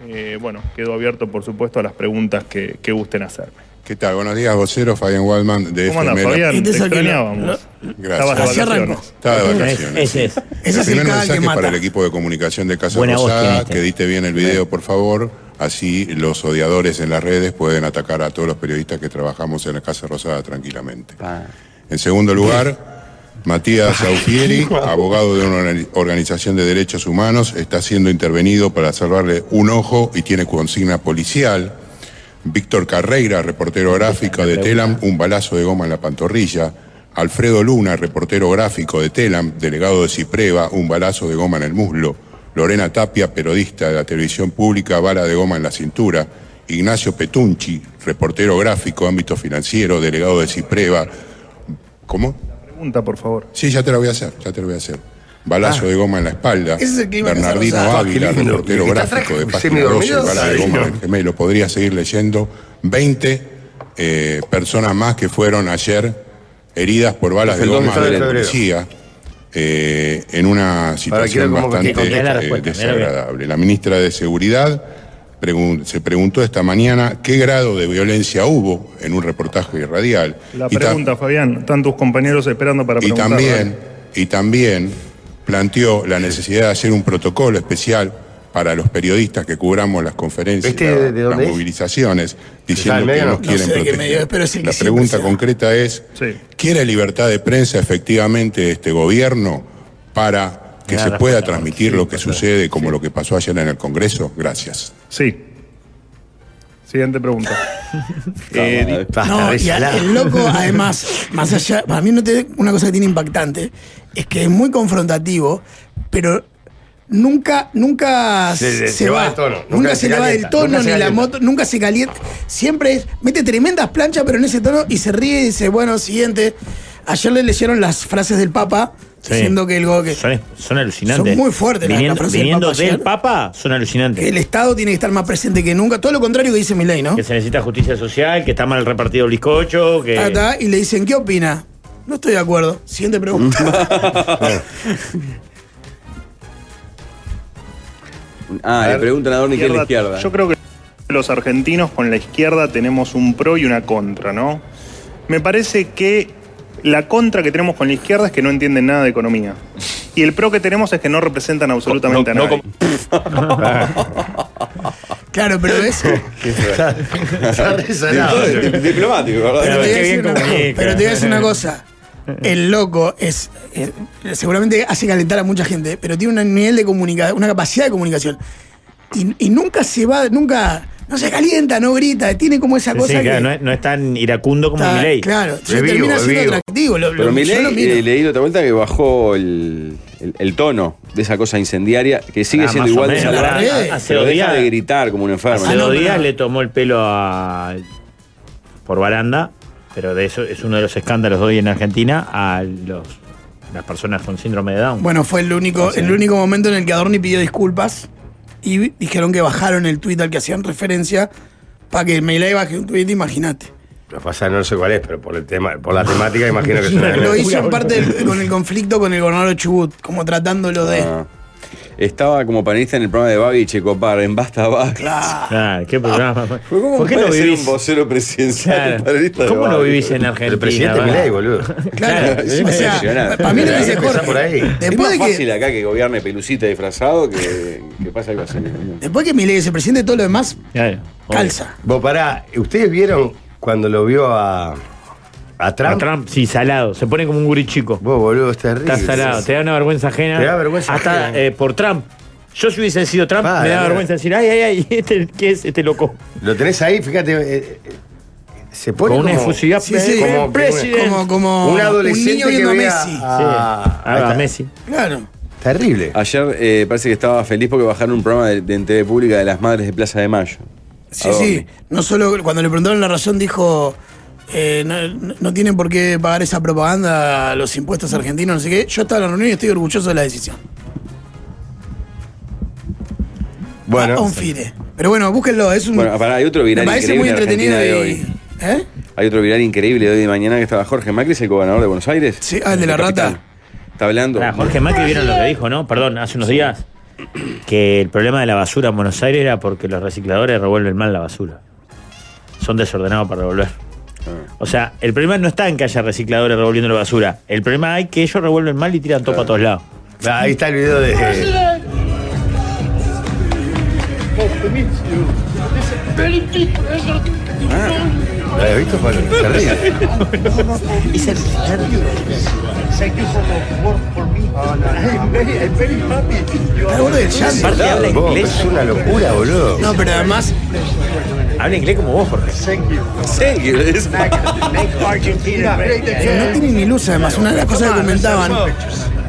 Eh, bueno, quedo abierto, por supuesto, a las preguntas que, que gusten hacerme. ¿Qué tal? Buenos días, vocero Fabián Waldman de ¿Cómo andas, FM. Fabián? Este Te es el que lo- extrañábamos. Estabas de Gracias. Así arrancó. vacaciones. Estaba de Es- vacaciones. Ese es. Ese el es el primer cada que mensaje para mata. el equipo de comunicación de Casa Buena voz tiene Rosada, este. que edite bien el video, por favor. Así los odiadores en las redes pueden atacar a todos los periodistas que trabajamos en la Casa Rosada tranquilamente. En segundo lugar, Matías Aufieri, abogado de una organi- organización de derechos humanos, está siendo intervenido para salvarle un ojo y tiene consigna policial. Víctor Carreira, reportero gráfico de Telam, un balazo de goma en la pantorrilla. Alfredo Luna, reportero gráfico de Telam, delegado de Cipreva, un balazo de goma en el muslo. Lorena Tapia, periodista de la televisión pública, bala de goma en la cintura. Ignacio Petunchi, reportero gráfico, ámbito financiero, delegado de Cipreva. ¿Cómo? Pregunta, por favor. Sí, ya te lo voy a hacer, ya te lo voy a hacer. Balazo de goma en la espalda. Ese es el clima que Bernardino se nos Ávila, da. Ah, qué lindo. reportero ¿Está gráfico de atrás? Página ¿Semidormido? 12, bala de Ay, goma no. en el gemelo. Podría seguir leyendo. 20 eh, personas más que fueron ayer heridas por balas Es de el dos de goma de la febrero. policía eh, en una quiero situación como que bastante conteste la eh, respuesta, mira bien. desagradable. La ministra de Seguridad pregun- se preguntó esta mañana qué grado de violencia hubo en un reportaje radial. La Y ta- pregunta, Fabián. Están tus compañeros esperando para y preguntar. también, y también planteó la necesidad de hacer un protocolo especial para los periodistas que cubramos las conferencias, ¿Este de- de la- las dónde es? movilizaciones, diciendo medio, que no? nos No quieren sé de qué proteger. medio, pero es el que la siempre pregunta se da. concreta es, Sí. ¿quiere libertad de prensa efectivamente de este gobierno para que Mirá, se la pueda respuesta, transmitir lo que sucede como lo que pasó ayer en el Congreso? Gracias. Sí. Siguiente pregunta. Eh, di- No, y a- el loco, además, más allá, para mí no te- una cosa que tiene impactante es que es muy confrontativo, pero nunca, nunca Se- se, se- se va va del tono, Nunca, nunca se, se le va del calienta, tono nunca se ni la calienta. moto, nunca se calienta. Siempre es- mete tremendas planchas, pero en ese tono y se ríe y dice, bueno, siguiente. Ayer le leyeron las frases del Papa Sí. diciendo que el go- que- Son, son alucinantes. Son muy fuertes las- Viniendo, las frases del viniendo Papa del ayer. Papa, son alucinantes. que Que, el Estado tiene que estar más presente que nunca. Todo lo contrario que dice Milei, ¿no? se necesita justicia social, que está mal repartido el bizcocho, que. Ta, ta, y le dicen, ¿qué opina? No estoy de acuerdo. Siguiente pregunta. Ah, le preguntan a Dorni qué es la izquierda. eh. Yo creo que los argentinos con la izquierda tenemos un pro y una contra, ¿no? Me parece que la contra que tenemos con la izquierda es que no entienden nada de economía. Y el pro que tenemos es que no representan absolutamente no a nadie. claro, pero es. Está resalado. Entonces, di- diplomático, ¿verdad? Pero Pero te, voy a qué decir bien una cosa, comunica. pero te voy a decir una cosa. El loco es. eh, seguramente hace calentar a mucha gente, pero tiene un nivel de comunicación, una capacidad de comunicación. Y, y nunca se va, nunca. No se calienta, no grita, tiene como esa Sí, cosa. sí, claro, que no, es, no es tan iracundo como está- Milei. Claro, se Es vivo, termina es siendo vivo. atractivo. Lo, lo- Pero yo lo miro. Milei, eh, leí la otra vuelta que bajó el, el- el tono de esa cosa incendiaria, que sigue Ah, más siendo o igual de menos. Ah, salvaje, La red. Hace pero dos deja días- de Ah, gritar como un enfermo. Hace Ah, no, dos pero días no. le tomó el pelo a. por baranda Pero de eso es uno de los escándalos hoy en Argentina a los, las personas con síndrome de Down. Bueno, fue el único, el único momento en el que Adorni pidió disculpas y dijeron que bajaron el tuit al que hacían referencia para que Meilay baje un tuit, imagínate. Lo que pasa, no sé cuál es, pero por el tema, por la temática imagino que es una Lo hizo en parte del- con el conflicto con el gobernador de Chubut, como tratándolo de. Ah. Estaba como panelista en el programa de Babi Checopar, en Basta Babi. Claro. Ah, qué programa. ¿Cómo ¿Por qué puede no ser vivís? un vocero presidencial? Claro. panelista de ¿Cómo no Babi? vivís en Argentina? El presidente verdad? Milei, boludo. Claro, Es o sea, impresionante. para mí lo que Hay que dice empezar Jorge. por ahí. es Después más de fácil que, acá que gobierne pelucita disfrazado que, que pasa algo así. después que Milei es el presidente, todo lo demás Claro. calza. Vos pará, ¿ustedes vieron cuando lo vio a, a Trump? A Trump, sí, salado. Se pone como un guri chico. Vos, boludo, es terrible. Está salado. Te da una vergüenza ajena. Te da vergüenza Hasta ajena. eh, por Trump. Yo si hubiese sido Trump, Padre, me da mira. vergüenza decir, ay, ay, ay, este, ¿qué es este loco? Lo tenés ahí, fíjate. eh, eh, se pone Con una como- efusividad Sí, sí. eh, Como- president. Como, como un adolescente niño que viendo a ve a- Messi. Ah, a- Sí. Ah, Ah, ahí está. Messi. Claro. Terrible. Ayer eh, parece que estaba feliz porque bajaron un programa de, de en TV Pública de las Madres de Plaza de Mayo. Sí, ¿A dónde? sí. No solo cuando le preguntaron la razón dijo, eh, no, no tienen por qué pagar esa propaganda, los impuestos argentinos, no sé qué. Yo estaba en la reunión y estoy orgulloso de la decisión. Bueno, A un fide. Pero bueno, búsquenlo. Es un, Bueno, pará, hay otro me viral parece muy increíble en Argentina entretenido de hoy. y... ¿Eh? Hay otro viral increíble de hoy de mañana que estaba Jorge Macri, es el gobernador de Buenos Aires. Sí, ah, el de la rata. Está hablando. Ah, Jorge Macri vieron lo que dijo, ¿no? Perdón, hace unos días que el problema de la basura en Buenos Aires era porque los recicladores revuelven mal la basura. Son desordenados para revolver. O sea, el problema no está en que haya recicladores revolviendo la basura. El problema hay que ellos revuelven mal y tiran todo para todos lados. Ah, ahí está el video de. Este ¿Lo habías visto, Pablo? Terrible. Está gordo del llanto. Aparte habla Vos, inglés. es una locura, boludo. No, pero además, Habla inglés como vos, Jorge. Thank you. Es- Eh, no tiene ni luz además. Una de las cosas que comentaban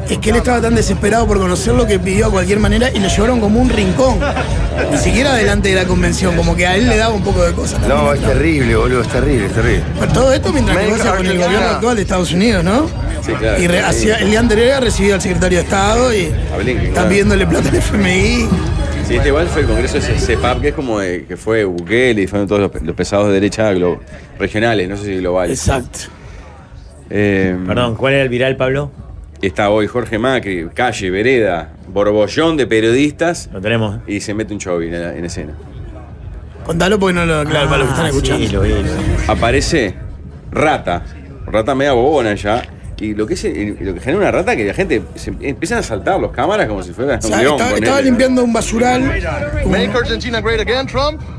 es que él estaba tan desesperado por conocerlo que pidió a cualquier manera y lo llevaron como un rincón. Ni siquiera delante de la convención, como que a él le daba un poco de cosas. No, es terrible, boludo, es terrible, es terrible. Pero todo esto mientras Make negocia con el Argentina. gobierno actual de Estados Unidos, ¿no? Sí, claro. Y re- hacía- el día anterior ha recibido al secretario de Estado y A Blinken, están claro. pidiéndole plata al FMI. Sí, este igual fue el congreso de CEPAP, que es como de- que fue Bukele y fueron todos los, pe- los pesados de derecha glo- regionales, no sé si globales. Exacto. Eh, Perdón, ¿cuál era el viral, Pablo? Está hoy Jorge Macri, calle, vereda, borbollón de periodistas Lo tenemos. ¿eh? y se mete un chovi en, la- en escena. Contalo porque no lo. Claro, para los que están Ah, escuchando. sí, lo vi, lo vi. Aparece rata, rata media bobona ya. Y lo que, es, y lo que genera una rata que la gente se- empiezan a saltar los cámaras como si fuera O un sea, león. estaba, ponele. estaba limpiando un basural. un-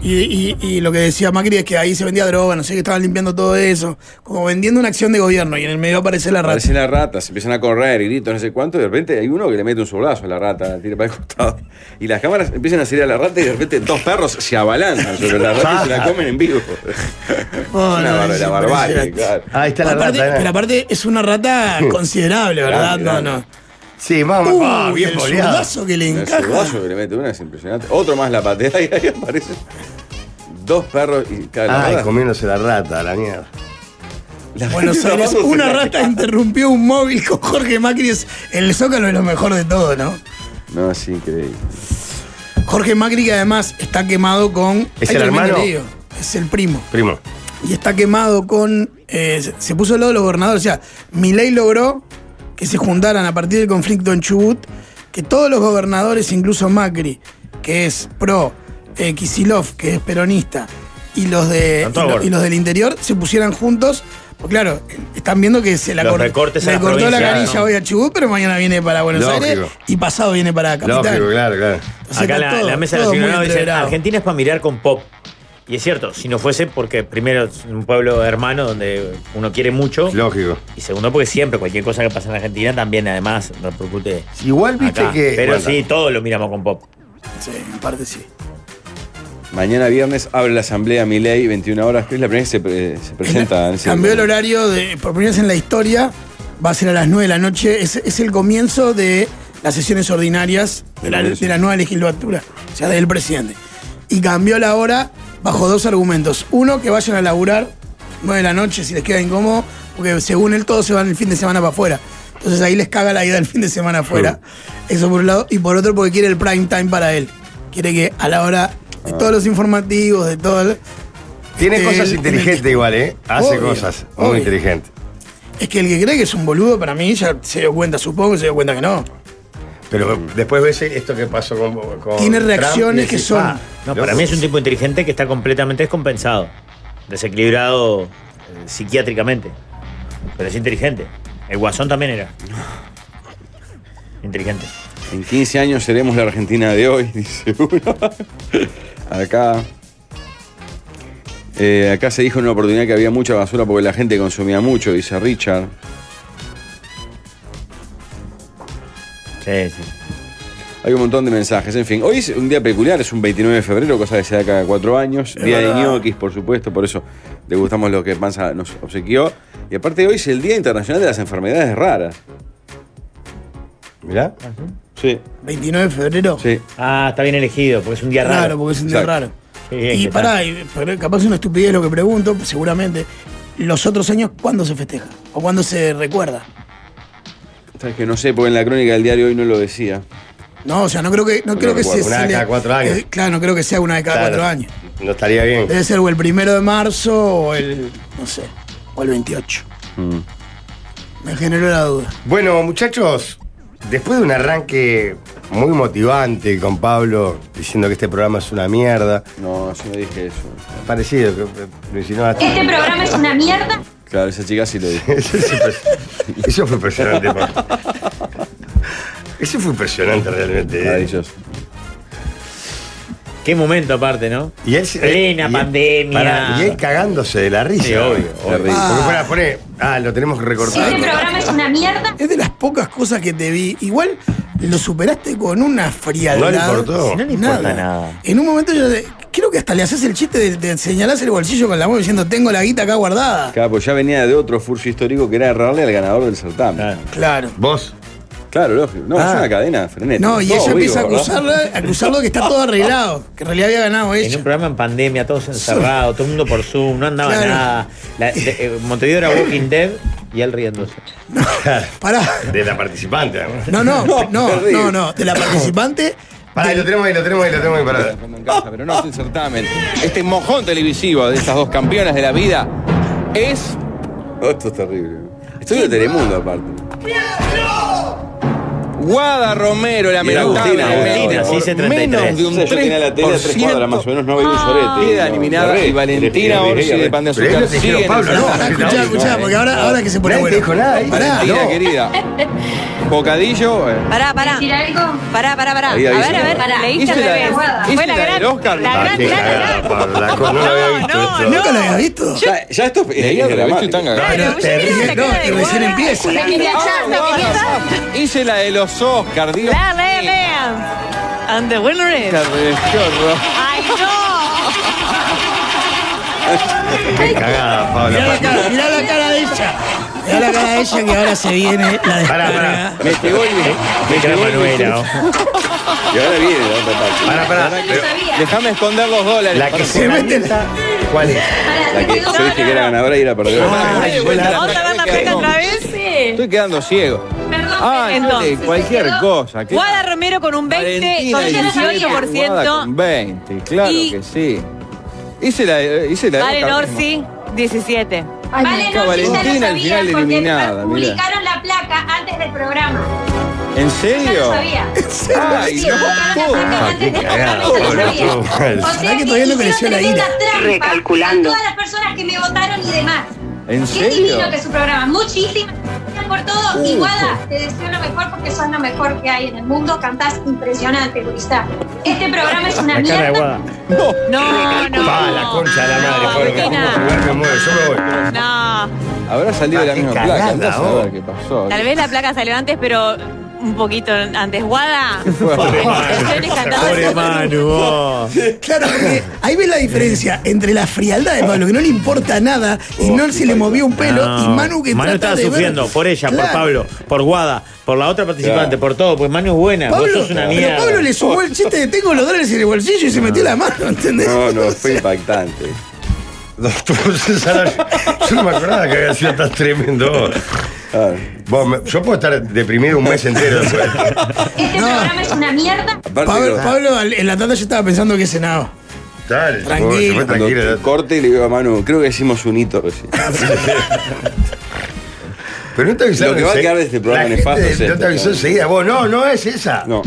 y, y- y lo que decía Macri es que ahí se vendía droga, no sé, que estaban limpiando todo eso. Como vendiendo una acción de gobierno y en el medio aparece la rata. Aparece la rata, se empiezan a correr, gritos, no sé cuánto, y de repente hay uno que le mete un sobrazo a la rata, la tira para el costado. Y las cámaras empiezan a seguir a la rata y de repente dos perros se abalanzan sobre la rata y se la comen en vivo. Oh, Una no, barba- es la barbarie, impresionante. claro. Ahí está la Aparte- rata. pero ¿eh? aparte es una rata considerable, ¿verdad? Grande, no, grande. no. ¿eh? Sí, vamos, Uy, ah, bien el boleado. zurdazo que le El encaja. zurdazo que le mete una es impresionante. Otro más la patea y ahí aparecen dos perros y claro, la Ay, rata- Ah, comiéndose la rata, la mierda. la Buenos la Aires, vamos a una sacar. rata interrumpió un móvil con Jorge Macri. Es el Zócalo es lo mejor de todo, ¿no? No, sí, increíble. Jorge Macri, que además está quemado con. ¿Es Ay, el tremendo hermano? lío. Es el primo. Primo. Y está quemado con. eh, se- se puso al lado de los gobernadores. O sea, Milei logró que se juntaran a partir del conflicto en Chubut, que todos los gobernadores, incluso Macri, que es pro, eh, Kicillof, que es peronista, y los, de, Están y, todos lo- gordos. y los del interior, se pusieran juntos. Porque claro, están viendo que se la Los cor- recortes a le las cortó la provincias, canilla ¿no? hoy a Chubut, pero mañana viene para Buenos Lógico. Aires y pasado viene para Capital. Lógico, claro, claro. Entonces Acá está la, todo- la mesa de los todo muy ignorados dice, entreverado. Argentina es para mirar con pop. Y es cierto, si no fuese porque primero es un pueblo hermano donde uno quiere mucho. Lógico. Y segundo porque siempre cualquier cosa que pasa en Argentina también además repercute. Igual viste Acá. que. Pero bueno, sí, todos lo miramos con pop. Sí, en parte sí. Mañana viernes abre la asamblea Milei, 21 horas, que es la primera que se, pre- se presenta. en ese- Cambió el horario de, por primera vez en la historia, va a ser a las 9 de la noche. Es, es el comienzo de las sesiones ordinarias de la, de la nueva legislatura, o sea, del presidente. Y cambió la hora bajo dos argumentos. Uno, que vayan a laburar 9 de la noche si les queda incómodo, porque según él todos se van el fin de semana para afuera. Entonces ahí les caga la ida del fin de semana afuera. Eso por un lado. Y por otro porque quiere el prime time para él. Quiere que a la hora de todos los informativos, de todo... el- Tiene Él- cosas inteligentes igual, ¿eh? Hace Obvio, cosas muy obvio. inteligentes. Es que el que cree que es un boludo, para mí ya se dio cuenta, supongo que se dio cuenta que no. Pero después ves esto que pasó con. con Tiene Trump y reacciones decís, que son- "Ah, No, para mí es un tipo inteligente que está completamente descompensado, desequilibrado eh, psiquiátricamente. Pero es inteligente. El guasón también era. Inteligente. En 15 años seremos la Argentina de hoy, dice uno. acá. Eh, acá se dijo en una oportunidad que había mucha basura porque la gente consumía mucho, dice Richard. Sí, sí. Hay un montón de mensajes, en fin. Hoy es un día peculiar, es un 29 de febrero, cosa que se da cada cuatro años. día de ñoquis, por supuesto, por eso degustamos lo que Panza nos obsequió. Y aparte hoy es el Día Internacional de las Enfermedades Raras. Mirá. ¿Ah, Sí. 29 de febrero. Sí. Ah, está bien elegido, porque es un día Claro, raro. porque es un día Exacto. raro. Qué bien y que pará, y- pero capaz es una estupidez lo que pregunto, seguramente. ¿Los otros años cuándo se festeja? ¿O cuándo se recuerda? Sabes que no sé, porque en la crónica del diario hoy no lo decía. No, o sea, no creo que, no No creo que recuerdo. se Una vez cele- cada cuatro años. Eh, claro, no creo que sea una de Eh. cada Claro. cuatro años. No estaría bien. Debe ser o el primero de marzo o el, no sé, o el 28. Mm. Me generó la duda. Bueno, muchachos, después de un arranque muy motivante con Pablo diciendo que este programa es una mierda, No, yo no dije eso. parecido, que eh, lo insinuó hasta- Este programa es una mierda. Claro, esa chica sí lo dijo. Eso es impresionante. Eso fue impresionante. Pablo. Eso fue impresionante realmente. eh. Maravilloso. Qué momento aparte, ¿no? Y él, Plena él- pandemia. pará, y él cagándose de la risa. Ah. Sí, obvio, obvio. Porque fuera, pone, ah, lo tenemos que recortar. Este programa es una mierda. Es de las pocas cosas que te vi. Igual lo superaste con una frialdad. No le importó. Si no le importa nada. En un momento yo de- creo que hasta le haces el chiste de, de señalás el bolsillo con la mano diciendo tengo la guita acá guardada. Claro, pues ya venía de otro furcio histórico que era errarle al ganador del certamen. Claro. Claro, Claro. Vos, lógico. No, Ah. es una cadena frenética. No, y Todo ella vivo, empieza a ¿verdad? acusarlo, a acusarlo de que está todo arreglado, que en realidad había ganado En un ella. programa en pandemia, todos encerrados, todo el mundo por Zoom, no andaba Claro. nada. La- de- eh, Montevideo era Walking Dead y él riéndose. Pará. de la participante. además. No, no, No, no, terrible. no, no. De la participante. Pará, ahí lo tenemos ahí, lo tenemos ahí, lo tenemos ahí. pará. Fernando en casa, pero no es el certamen. Este mojón televisivo de estas dos campeonas de la vida es. Oh, Esto es terrible. Estoy de Telemundo, aparte. Guada Romero, la Mira, lamentable. Agustina, Agustina, sí, hice 33. Menos de un O sea, yo tenía la tele a tres cuadras más o menos, no veía un sorete. Queda eliminada y Valentina Orsi de Pan de Pero Azúcar. ellos dijeron, siguen Pablo, en no, el no, Pará, certamen. escuchá, no, escuchá, porque ahora, ahora que se pone Nadie bueno. te dijo nada ahí. Pará, Valentina, no. querida. Bocadillo. eh. Pará, pará. ¿Decir algo? Pará, pará, pará. A Ahí, ahí ver, se a ver, pará. leíste Hice al la- revés. hice Fue la la gran. del Oscar. La Ah, gran, qué gran, cagada, gran. Pablo, la co- no lo había visto No, esto. Nunca lo había visto. Ya, ya esto es, es dramático. Claro, yo te miraba la ríes, no, cara de y recién Guada, empieza. la quería echar, la quería echar. Ah, Hice la de los Oscar, Dios. Lean, lean, lean. And the winner is. ¡Ay, no! Qué cagada, Pablo. Mirá la cara, mirá la cara de ella. Mirá la cara de ella que ahora se viene la Pará, descarga. pará. Me llegó y me, Qué llegó y me- Manuela, ¿no? Y ahora viene la otra parte. Pará, pará. Yo sabía. Déjame esconder los dólares. La que se mete la. ¿Cuál es? Para, La que no, yo dije que era ganadora y era perdedora. Ay, yo la- Vamos a ver la pena otra vez. sé. Estoy quedando ciego. Perdón. Ah, Entonces, entonces, cualquier cosa. ¿qué? Guada Romero con un 20, con Valentina, 18%. Guada con 20, claro Y- que sí. Hice la, hice la de Valen Oscar Orsi, 17. Vale, no, si ya lo Valentina al final sabía, porque eliminada, mirá. publicaron la placa antes del programa. mismo. ¿En Yo ya lo serio? sabía. Ay, no, Ah, qué cagada, boludo. Será que todavía no creció la ira. Recalculando. Todas las personas que me votaron y demás. ¿En Qué serio? Uh, divino que es su programa. Muchísimas gracias por todo. Uy. Y Guada, te deseo lo mejor porque sos lo mejor que hay en el mundo. Cantás impresionante, turista. Este programa es una La cara de Guada. mierda. No. No, no. Pa, la concha de la madre, No, Pablo. que Valentina. vamos a jugar, me muero, yo me voy. No, Habrá salido Ah, la qué misma cagada, placa. Andás a vos. ver qué pasó. tal vez la placa salió antes, pero un poquito antes. Guada, Pobre canciones Pobre cantadas. Manu, vos. Claro, porque ahí ves la diferencia entre la frialdad de Pablo, que no le importa nada y no se le movió un pelo, y No. Manu que Manu trata estaba de ver- sufriendo por ella, por Claro. Pablo, por Guada, por la otra participante, Claro. por todo, porque Manu es buena, vos Pablo, sos una pero mierda. Pablo le sumó el chiste de tengo los dólares en el bolsillo y se metió la mano, ¿entendés? No, no, fue impactante. Doctor César, yo no me acordaba que había sido tan tremendo. Vos, me- yo puedo estar deprimido un mes entero después. Este programa es una mierda. Pablo, Pablo, al- en la tarde yo estaba pensando que cenaba. Dale, Tranquilo. Cuando Corte y le digo a Manu, creo que hicimos un hito recién. Pero no te avisaron Lo que va a ense- quedar de este programa La nefasto gente es No esto, te avisó claro. enseguida. Vos, no, no es esa. No.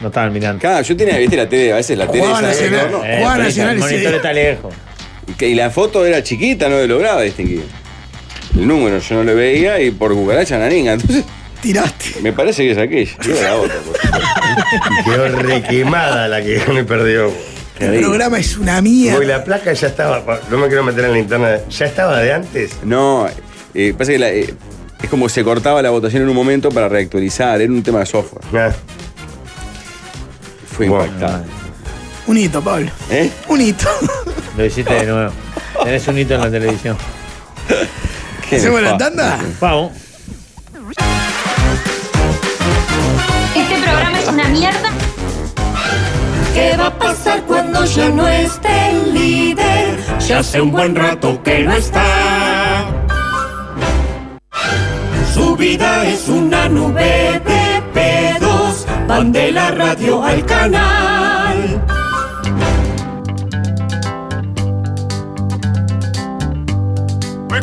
No estaban mirando. Eh, Claro, yo tenía, viste, la tele, a veces la tele. Juega esa de Nacional, color, no. juega Nacional y El monitor se- está lejos. Que- Y la foto era chiquita, no lograba distinguir. El número yo no lo veía y por cucaracha naringa. Entonces, Tiraste. me parece que es aquella. Y era la otra. pues. por supuesto. Quedó requemada la que me perdió. El programa es una mierda. Voy, la placa ya estaba. pa- No me quiero meter en la interna. ¿Ya estaba de antes? No, eh, pasa que la, eh, es como se cortaba la votación en un momento para reactualizar. Era un tema de software. Ah. Fue impactante. Un hito, Pablo. ¿Eh? Un hito. Lo hiciste de nuevo. Tenés un hito en la televisión. Qué ¿Hacemos la nefasto. tanda? Vamos. Este programa es una mierda. ¿Qué va a pasar cuando ya no esté el líder? Ya hace un buen rato que no está. Su vida es una nube de pedos. Van de la radio al canal. We're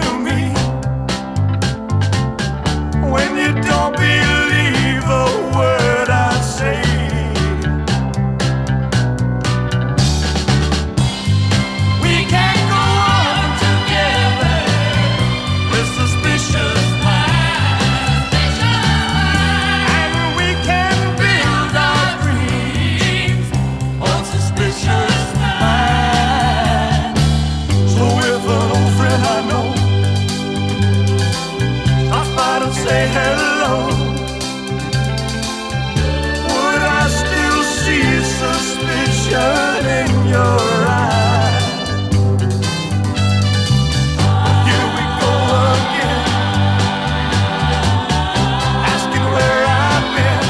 to me when you don't believe a word I say? We can't go on together with suspicious minds. And we can build our dreams on suspicious minds. So if an old friend I know stops by to say hello, would I still see suspicion in your eyes? Here we go again, asking where I've been.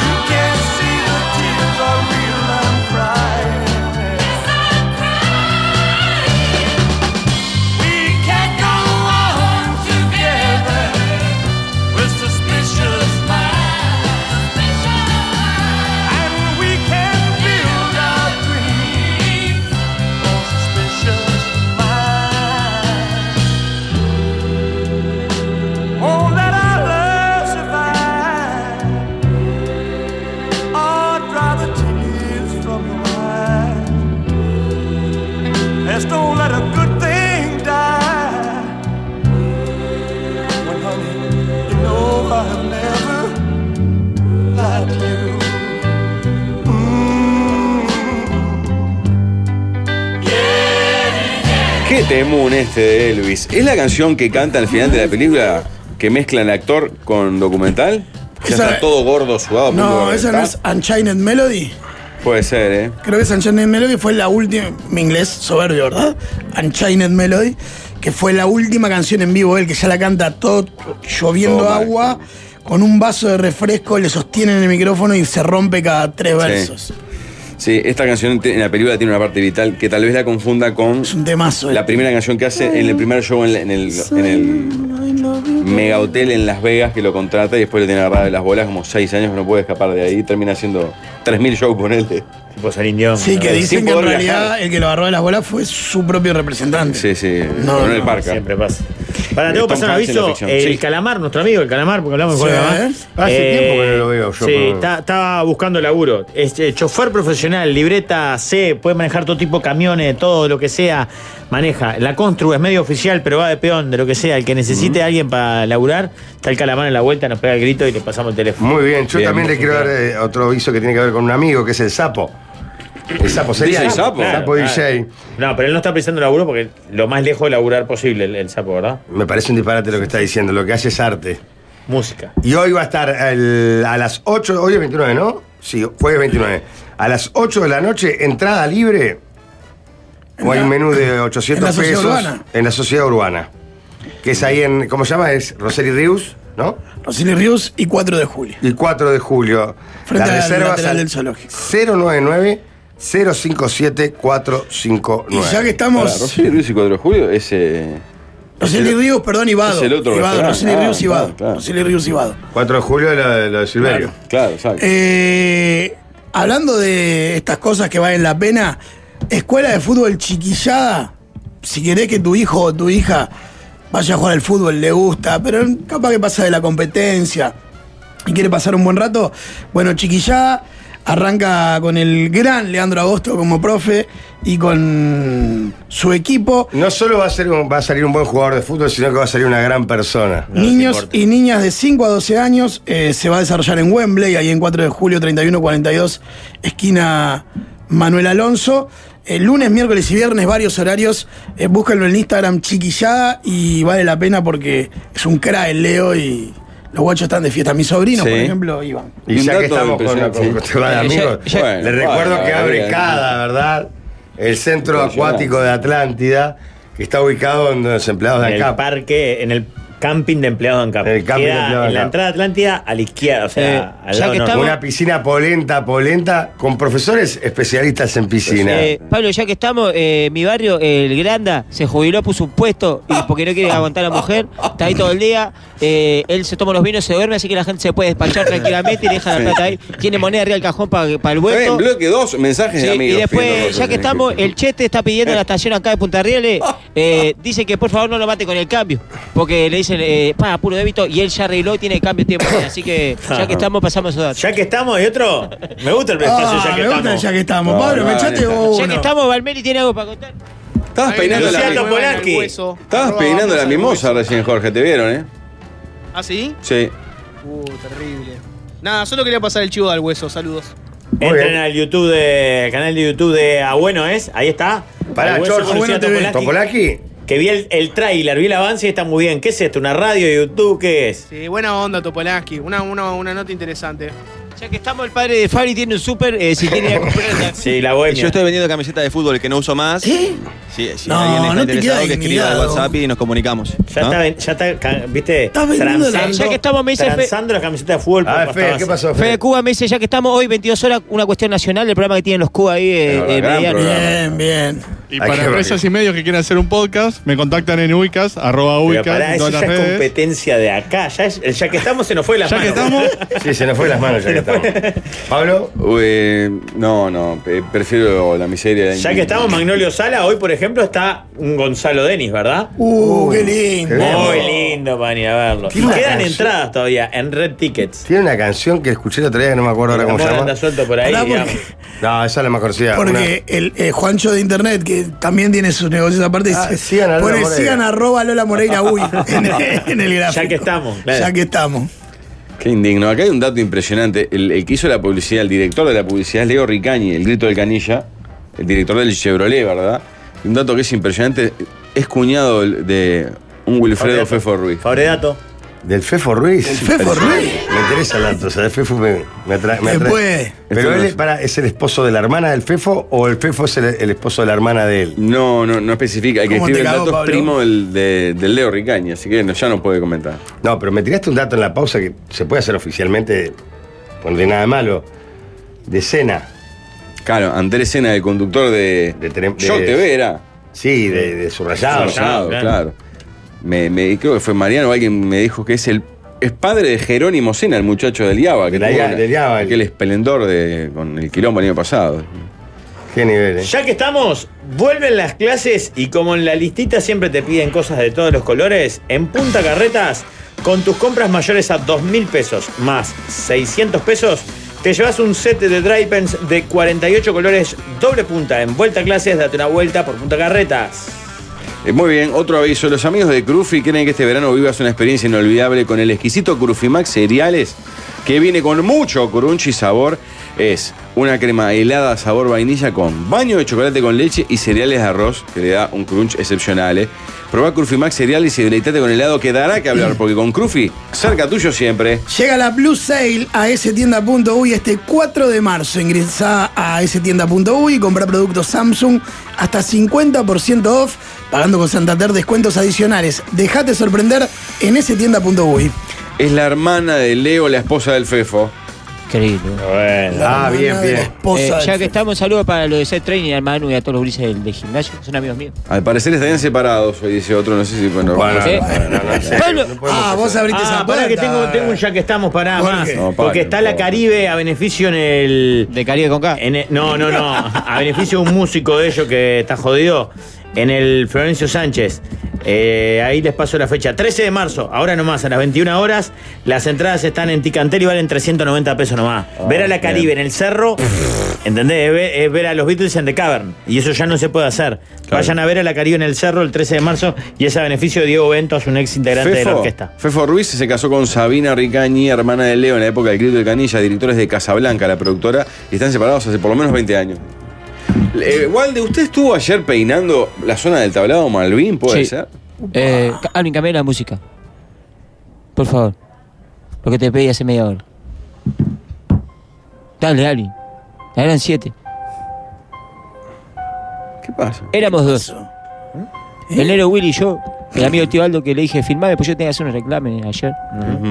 You can't see the tears I real I'm crying. We can't go on together with suspicious minds, and we can build our dreams. Won't let our love survive Or dry the tears from your eyes Let's don't let a good thing die When honey, you know I have never lied to you Mm. Yeah Qué temún este de Elvis. ¿Es la canción que canta al final de la película que mezcla el actor con documental? Ya Esa- está todo gordo, sudado. No, punto de esa no es reventar. Unchained Melody. Puede ser, ¿eh? Creo que es Unchained Melody fue la última. Mi inglés soberbio, ¿verdad? Unchained Melody, que fue la última canción en vivo él, que ya la canta todo lloviendo Todo mal. agua, con un vaso de refresco, le sostienen el micrófono y se rompe cada tres versos. Sí, esta canción te- en la película tiene una parte vital que tal vez la confunda con Es un temazo. eh. la primera canción que hace en el primer show en, la- en el, en el mega hotel en Las Vegas que lo contrata y después le tiene agarrado de las bolas como seis años, no puede escapar de ahí. Termina haciendo 3.000 shows con él. Tipo Celine Dion. Sí, que Sin dicen que en poder realidad viajar. el que lo agarró de las bolas fue su propio representante. Sí, sí. No, con el no, parca. Siempre pasa. Para, Eh, tengo que Tom pasar un Hanks en la aviso. ficción. El Sí. calamar, nuestro amigo, el calamar, porque hablamos de Sí. Juan Calamar. Hace Eh, tiempo que no lo veo yo, Sí, pero- está- estaba buscando laburo. Es, eh, chofer profesional, libreta C, puede manejar todo tipo de camiones, todo lo que sea. Maneja. La constru es medio oficial, pero va de peón, de lo que sea. El que necesite a alguien para laburar, está el calamar en la vuelta, nos pega el grito y le pasamos el teléfono. Muy bien, yo Bien, también le quiero dar eh, otro aviso que tiene que ver con un amigo, que es el sapo. El sapo sería. DJ Sapo. Sapo Claro, DJ. No, pero él no está pensando en laburo porque lo más lejos de laburar posible, el, el sapo, ¿verdad? Me parece un disparate lo que está diciendo, lo que hace es arte. Música. Y hoy va a estar el- a las 8, hoy es 29, ¿no? Sí, jueves 29. A las 8 de la noche, entrada libre. O hay un menú de 800 en la pesos Sociedad Urbana. en la sociedad urbana. Que es ahí en, ¿cómo se llama? Es Roseli Rius, ¿no? Roseli Rius y 4 de julio. Y 4 de julio. Frente Las al reservas lateral al del 099 057 459. Y ya que estamos- Pará, Rosario Luis y 4 de julio es. eh, Roseli Ríos, perdón, y Vado. Es el otro Y Vado, restaurante. Roseli Ah, Ríos y claro, Vado. claro. Roseli Ríos y Vado. 4 de julio lo, lo de Silverio. Claro, exacto. Eh, hablando de estas cosas que valen la pena, escuela de fútbol chiquillada, si querés que tu hijo o tu hija vaya a jugar al fútbol, le gusta, pero capaz que pasa de la competencia y quiere pasar un buen rato, bueno, chiquillada arranca con el gran Leandro Agosto como profe y con su equipo. No solo va a, ser un- va a salir un buen jugador de fútbol, sino que va a salir una gran persona. Niños y niñas de 5 a 12 años eh, se va a desarrollar en Wembley, ahí en 4 de julio 3142, esquina Manuel Alonso. El lunes, miércoles y viernes, varios horarios. Eh, búsquenlo en Instagram chiquillada y vale la pena porque es un cra el Leo y los guachos están de fiesta. Mis sobrinos, Sí. por ejemplo, iban. Y ya que estamos con, con- con tema de amigos, les recuerdo que abre cada, ¿verdad? El centro acuático de Atlántida, que está ubicado en los empleados En de el ANCAP. parque, en el camping de empleados de ANCAP. El camping de Queda empleados de en la ANCAP. entrada de Atlántida a la izquierda, o Eh, sea, al Ya lado que norte. estamos- Una piscina polenta, polenta, con profesores especialistas en piscina. Eh, Pablo, ya que estamos, eh, mi barrio, el Granda, se jubiló, puso un puesto y porque no quiere aguantar a la mujer, está ahí todo el día, eh, él se toma los vinos, se duerme, así que la gente se puede despachar tranquilamente y le deja la Sí. plata ahí. Tiene moneda arriba del cajón para el Está bien, vuelto. bloque dos mensajes de Sí, amigos. y pidiendo después, cosas eh. ya en que el estamos, grupo. el Chete está Eh. pidiendo en la estación acá de Punta Rieles, eh, dice que por favor no lo mate con el cambio, porque le dicen, eh, pa, puro débito, y él ya arregló y tiene el cambio de tiempo. Así que, ya que estamos, pasamos esos datos. Ya que estamos, y otro, me gusta Este el espacio, Ah, ya que me gusta estamos. el ya que estamos. Pablo, me echaste vos Ya que estamos, Valmeri tiene algo para contar. Estabas peinando la Luciano Polanqui. Estabas peinando la mimosa recién, Jorge, te vieron, ¿eh? ¿Ah, sí? Sí. Uh, terrible. Nada, solo quería pasar el chivo al hueso. Saludos. Entren al YouTube de canal de YouTube de Ah Bueno es, ahí está. Pará, Ah, George, con Ah Bueno Luciano TV. Topolaki. Que vi el, el tráiler, vi el avance y está muy bien. ¿Qué es esto? ¿Una radio de YouTube? ¿Qué es? Sí, buena onda, Topolansky. Una, una, una nota interesante. Ya que estamos, el padre de Fabri tiene un súper, eh, si quiere ir a comprar. Sí, la bohemia. Yo estoy vendiendo camisetas de fútbol que no uso más. Sí, si No, alguien está no te interesado, queda que escriba al dignidad, WhatsApp y nos comunicamos. Ya está, ven- ya está, ca- viste, vendiendo la- Ya que estamos, me dice Fe- transando las camisetas de fútbol. Ah, por Pastaza. Fede Cuba me dice, ya que estamos hoy 22 horas, una cuestión nacional del programa que tienen los Cuba ahí eh, eh, mediano. bien. Y Hay para que empresas y medios que quieran hacer un podcast, me contactan en ubicas, arroba Pero ubicas, pará, en eso todas ya las es redes. competencia de acá. Ya, es- el ya que estamos se nos fue de las Ya que manos. Sí, se nos fue las manos ya que estamos. Pablo. no, no, pe- prefiero la miseria. Ya que estamos, Magnolio Sala, hoy por ejemplo está un Gonzalo Denis, ¿verdad? Uh, qué lindo. Muy lindo para ir a verlo. Y Tiene una quedan canción. entradas todavía en Red Tickets. Tiene una canción que escuché el otro día que no me acuerdo ahora cómo se Amor llama. anda suelto por ahí, Pará, porque- digamos. No, esa es la más conocida. Porque el, eh, Juancho de Internet, que también tiene sus negocios aparte, Ah, dice, sigan a Lola pone, Moreira. sigan arroba Lola Moreira Uy en, el- en el gráfico. Ya que estamos, claro. Ya que estamos. Qué indigno. Acá hay un dato impresionante. El, el que hizo la publicidad, el director de la publicidad, es Leo Ricañi, el grito del canilla, el director del Chevrolet, ¿verdad? Un dato que es impresionante. Es cuñado de un Wilfredo Fefo Ruiz. Fabredato. Del Fefo Ruiz. ¿Del Fefo Ruiz? Me interesa el dato, o sea, el Fefo me, me atrae. Me atrae. Después. Pero él para, es el esposo de la hermana del Fefo o el Fefo es el, el esposo de la hermana de él. No, no, no especifica. El que ¿Cómo te escribe el cago, dato es Pablo? primo del, de, del Leo Ricañi, así que no- ya no puede comentar. No, pero me tiraste un dato en la pausa que se puede hacer oficialmente, por no tiene nada de malo. De cena. Claro, Andrés Sena, el conductor de. Yo TV era. Sí, de, de subrayado. Subrayado, claro. Me, me- creo que fue Mariano, alguien me dijo que es el. Es padre de Jerónimo Sena, el muchacho del Iaba, que Del tuvo Ia- una- del Iaba, el- aquel esplendor de, con el quilombo el año pasado. Qué nivel, Ya que estamos, vuelven las clases y como en la listita siempre te piden cosas de todos los colores, en Punta Carretas, con tus compras mayores a 2.000 pesos más 600 pesos, te llevas un set de dry pens de 48 colores doble punta. En Vuelta a Clases, date una vuelta por Punta Carretas. Eh, muy bien, otro aviso. Los amigos de Crufi creen que este verano vivas una experiencia inolvidable con el exquisito Crufimax Cereales, que viene con mucho crunch y sabor es una crema helada sabor vainilla con baño de chocolate con leche y cereales de arroz, que le da un crunch excepcional. ¿eh? Probá Cruffy Max cereales y deleitate con helado que dará que hablar, porque con Cruffy, cerca tuyo siempre. Llega la Blue Sale a stienda.uy este 4 de marzo. Ingresá a stienda.uy y compra productos Samsung hasta 50% off, pagando con Santander descuentos adicionales. Dejate sorprender en stienda.uy. Es la hermana de Leo, la esposa del Fefo. Increíble. ah, bien, bien. Eh, Eh, ya que estamos, saludos para los de set training, al Manu y a todos los grises del de gimnasio. Son amigos míos. Al parecer estarían separados, hoy dice otro, no sé si... Bueno, Bueno, no, bueno, no, no sé. Pablo, Ah, vos abriste pará, esa puerta. que tengo, tengo un ya que estamos para ¿Por más. qué? No, paren, porque está la Caribe a beneficio en el. ¿De Caribe con Eh, K? no, no, no. A beneficio de un músico de ellos que está jodido. En el Florencio Sánchez. Eh, ahí les paso la fecha. 13 de marzo, ahora nomás, a las 21 horas. Las entradas están en Ticantel y valen 390 pesos nomás. ver a la Caribe en el cerro, ¿entendés? Es ver, es ver a los Beatles en The Cavern. Y eso ya no se puede hacer. Vayan a ver a la Caribe en el cerro el 13 de marzo y es a beneficio de Diego Ventos, un ex integrante de la orquesta. Fefo Ruiz se casó con Sabina Ricañi, hermana de Leo en la época del Grito de Canilla, directores de Casablanca, la productora, y están separados hace por lo menos 20 años. Eh, Walde, ¿usted estuvo ayer peinando la zona del tablado Malvin, puede Sí. ser? Eh, ca- alguien cambia la música. Por favor. Lo que te pedí hace media hora. Dale, alguien. Eran siete. ¿Qué pasa? Éramos dos. El Nero Willy y yo, el amigo tío Aldo que le dije filmame, pues yo tenía que hacer unos reclames ayer.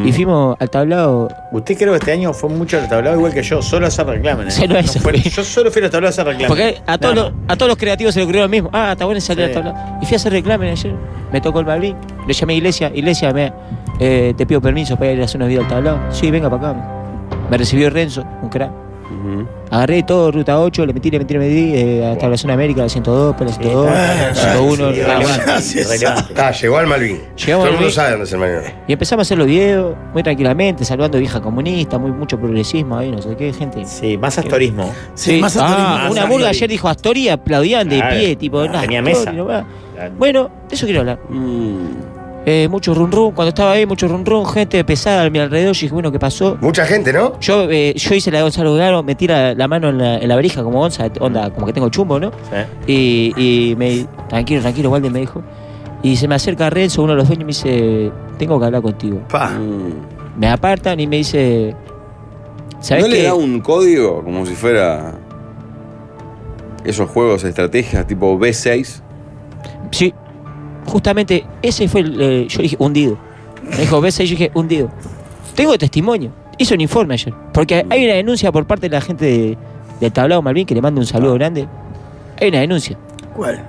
Y fuimos al tablado. Usted creo que este año fue mucho al tablado igual que yo, solo a hacer reclamen. ¿eh? Sí, no, eso fue- yo solo fui al tablado a hacer reclamen. Porque a todos, No, los, a todos los creativos se le ocurrió lo mismo. Ah, está bueno salir Sí. al tablado. Y fui a hacer reclamen ayer. Me tocó el Malvin. Le llamé a Iglesia. Iglesia, me, eh, te pido permiso para ir a hacer unos videos al tablado. Sí, venga para acá. Me recibió Renzo, un crack. Agarré todo, ruta 8, le metí, le metí, le metí, eh, hasta la zona América, la 102, para la 102, la 101, la 101. Está, llegó al Malvin. Llegamos Todo el al mundo Malvin. sabe dónde es el Malvin. Y empezamos a hacer los videos muy tranquilamente, saludando vieja comunista, muy, mucho progresismo ahí, no sé qué, gente. Sí, más astorismo. Sí, Sí, más ah, astorismo. más una astorismo. burga ayer dijo Astoria, aplaudían de Claro. pie, tipo, Ah, tenía mesa. nomás. Bueno, de eso quiero hablar. Mm, Eh, mucho run run, cuando estaba ahí, mucho run run, gente pesada a mi alrededor, yo dije, bueno, ¿qué pasó? Mucha gente, ¿no? Yo, eh, yo hice la de Gonzalo Garo, me tira la mano en la, en la verija como Gonza, onda, como que tengo chumbo, ¿no? ¿Eh? Y, y me tranquilo, tranquilo, Walden me dijo. Y se me acerca Renzo, uno de los dueños, y me dice, tengo que hablar contigo. Mm. Me apartan y me dice, ¿sabes ¿No qué? le da un código como si fuera esos juegos de estrategias tipo B6? Sí, justamente ese fue el. eh, yo dije, hundido. Me dijo, ves ahí, yo dije, hundido. Tengo testimonio. Hizo un informe ayer. Porque hay una denuncia por parte de la gente de, del Tablado Malvin, que le mando un Ah. saludo grande. Hay una denuncia. ¿Cuál?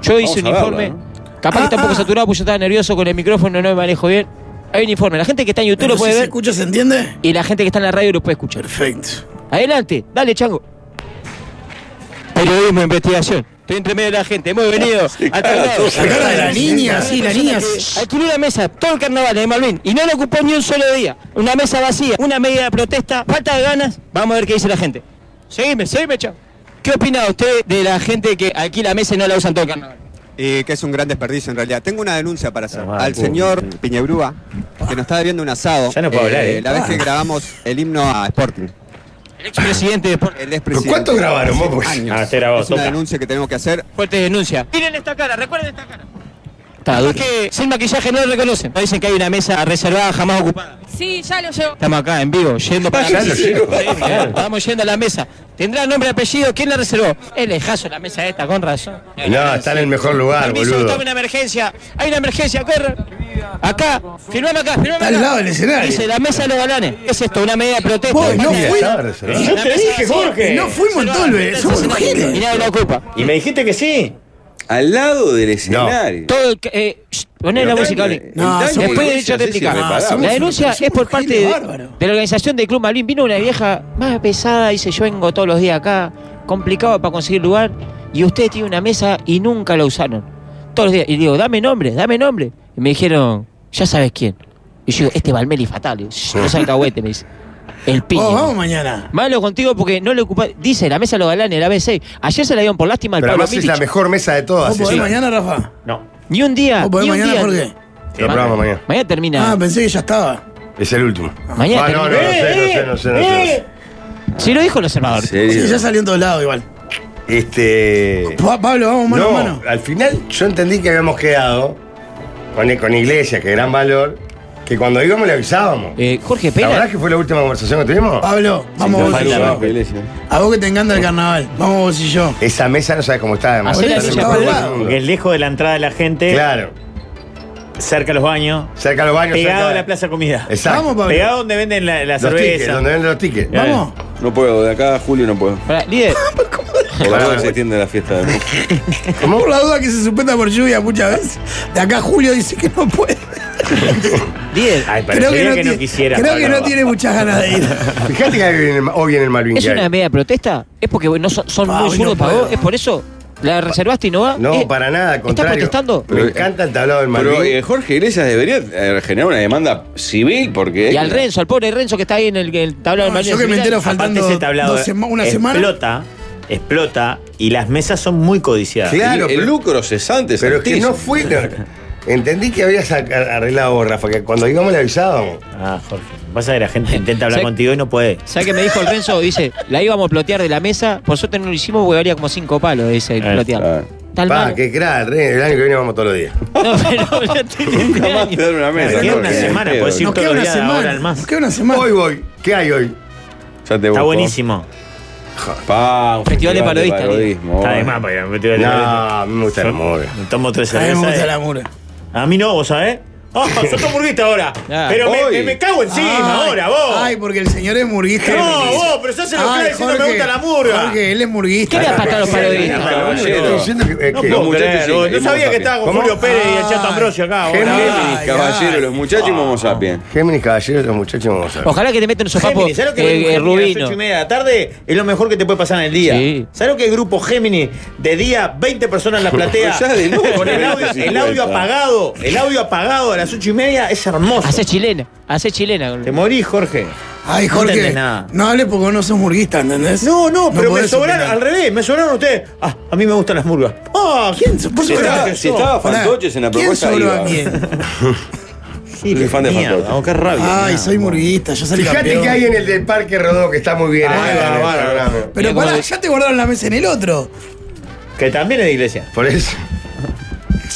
Yo hice un Vamos a Ah, informe. verla, Capaz que está un poco saturado porque yo estaba nervioso con el micrófono, no me manejo bien. Hay un informe. La gente que está en YouTube Pero lo puede si se ver. escucha, ¿se entiende? Y la gente que está en la radio lo puede escuchar. Perfecto. Adelante, dale, chango. Periodismo, investigación. Estoy entre medio de la gente. Hemos venido. a tal lado. Se cara de la niña, sí, la niña. Que Alquiló una mesa todo el carnaval de Malvin y no la ocupó ni un solo día. Una mesa vacía, una medida de protesta, falta de ganas. Vamos a ver qué dice la gente. Seguime, seguime, chao. ¿Qué opina usted de la gente que alquila mesa y no la usan todo el carnaval? Eh, que es un gran desperdicio en realidad. Tengo una denuncia para hacer al pú. señor Piñebrúa, que nos está debiendo un asado. Ya no puedo hablar, ¿eh? La vez que Ah. grabamos el himno a Sporting. El expresidente de Sporting. El expresidente. ¿Cuánto grabaron vos? Hace años. Ah, te grabó, es una toca. denuncia que tenemos que hacer. Fuerte denuncia. Miren esta cara, recuerden esta cara. Está duro. que sin maquillaje no lo reconocen. Dicen que hay una mesa reservada jamás ocupada. Sí, ya lo llevo. Estamos acá en vivo, yendo para Ya la lo mesa. llevo. Sí, claro, Estamos yendo a la mesa. ¿Tendrá nombre y apellido? ¿Quién la reservó? Es lejazo la mesa esta, con razón. No, está en el mejor lugar, Permiso, Ah, boludo. estamos en una emergencia. Hay una emergencia, corre. Acá, firmame acá, firmame acá. al lado del escenario. Dice, la mesa de los galanes. ¿Qué es esto? Una medida de protesta. Vos, no Mira, fui. estaba reservado. ¿eh? Una Yo te mesa dije, vacía. Jorge. No fuimos Tolbe, somos giles. Y nadie la ocupa. Y me dijiste que sí. Al lado del escenario. Todo el que- eh, shh, poné la Pero música, Dani, Oli. No, Ah, Dani, después somos de dicho denuncias, te es explica. Ah, irreparable. La denuncia es por parte de, de la organización del Club Malvin. Vino una vieja más pesada, dice yo vengo todos los días acá, complicado para conseguir lugar, y usted tiene una mesa y nunca la usaron. Todos los días. Y digo, dame nombre, dame nombre. Y me dijeron, ya sabes quién. Y yo digo, este Valmeli fatal. Digo, "Shh, no es alcahuete, me dice. El piño. Oh, vamos mañana. Malo contigo porque no le ocupa. Dice, la mesa de los galanes, la B6. Ayer se la dieron por lástima al Pero Pablo además es Milich. la mejor mesa de todas. ¿Vos podés mañana, Rafa? No. Ni un día. ¿Vos podés ni un mañana, día. Jorge? Lo probamos mañana. Mañana termina. Ah, pensé que ya estaba. Es el último. Mañana Ah, Eh, no, no, no termina. Eh. sé, no sé, no sé, no sé. Sí lo dijo el observador. Sí, ya salió en todos lados igual. Este. Pa- Pablo, vamos mano no, a mano. Al final yo entendí que habíamos quedado con, con Iglesias, que gran valor, que cuando íbamos le avisábamos. Eh, Eh, Jorge Pérez. ¿La verdad que fue la última conversación que tuvimos? Ah. Pablo, vamos vos y yo. A vos que te encanta el carnaval. Vamos vos y yo. Esa mesa no sabes cómo está, además. Hacé la Está silla en para el el mundo. Porque es lejos de la entrada de la gente. Claro. Cerca a los baños. Cerca a los baños. Pegado cerca- a la plaza de comida. Exacto. Vamos, Pablo. Pegado donde venden la, la Los cerveza. tickets, donde venden los tickets. Vamos. No puedo, de acá a julio no puedo. Pará, líder. Por la duda que se extiende la fiesta de Por la duda que se suspenda por lluvia muchas veces. De acá Julio dice que no puede. Líder. Creo que no, que no tiene- quisiera, creo que Pablo. no tiene muchas ganas de ir. Fíjate que hay en el- hoy en el Malvin ¿Es que hay. una media protesta? ¿Es porque no son, son Ah, muy hoy zurdos no para puedo. vos? ¿Es por eso? ¿La reservaste y no va? No, Eh, para nada, al ¿Estás contrario. protestando? Me encanta el tablado del Malvin. Pero eh, Jorge Iglesias debería eh, generar una demanda civil porque. Y al Renzo, al pobre Renzo que está ahí en el, el tablado del Madrid. Aparte, ese tablado Explota, explota y las mesas son muy codiciadas. Claro, pero- lucro cesante Pero es que no fue. Entendí que habías a- a- arreglado vos, Rafa, que cuando íbamos le avisábamos. Ah, Jorge. Pasa que la gente intenta hablar ¿Sabes- contigo y no puede. ¿Sabes qué me dijo el Renzo? Dice, la íbamos a plotear de la mesa. Por suerte no lo hicimos porque valía como cinco palos, dice el Ah, plotear. Tal Ah. Pa, mal. qué crack, re, el año que viene vamos todos los días. No, pero ya tiene Jamás te dan una mesa. queda una Jorge, semana, qué podés ir pedo. todos los días de ahora al más. Hoy voy. ¿Qué hay hoy? Ya te Está busco. buenísimo. Pa, un Festival de parodistas, tío. Está de bueno. más para ir a un festival de No, parodistas. a mí me gusta el Yo me Tomo tres A mí me cervezas. gusta eh. la mura. A mí no, vos sabés. Ah, sos hamburguista ahora. Pero me, me- me cago encima Ah. Ay, ahora, vos. Ay, porque el señor es murguista. No, vos, pero sos el que Ay, está diciendo, Jorge, me gusta la murga. Jorge, él es murguista. ¿Qué le pasa a los periodistas, Estoy diciendo que- No puedo creer, vos. no sabía que estaba con Julio Pérez y el Ah. Chato Ambrosio acá. vos. Géminis, caballero, los muchachos y Momo Sapiens. Géminis, caballero, los muchachos vamos a ver. Ojalá que te metan un sopapo Géminis, ¿sabes lo que es un eh, eh, Géminis a las rubino. 8 y media de la tarde? Es lo mejor que te puede pasar en el día. ¿Sabes lo que es grupo Géminis? De día, 20 personas en la platea. Ya de noche, con el audio, 20, el audio 50. apagado. El audio apagado a las 8 y media es hermoso. Hacé chilena, hacé chilena. Te morís, Jorge. Ay, No Jorge, entendés no, nada. hables porque no sos murguista, ¿entendés? No, no, pero me podés sobraron, al opinar. revés, me sobraron ustedes. Ah, a mí me gustan las murgas. Ah, ¿quién? ¿Por Si qué estaba- que si yo? estaba Pará, Fantoches en la propuesta, ¿Quién sobró iba. a quién? Soy fan de Mierda, Fantoches. qué rabia. Ay, soy murguista, yo salí Fíjate campeón. que hay en el del Parque Rodó que está muy bien. Ah, eh, bárbaro, en el bárbaro. programa. Pero pará, ya te guardaron la mesa en el otro. Que también es de iglesia. Por eso.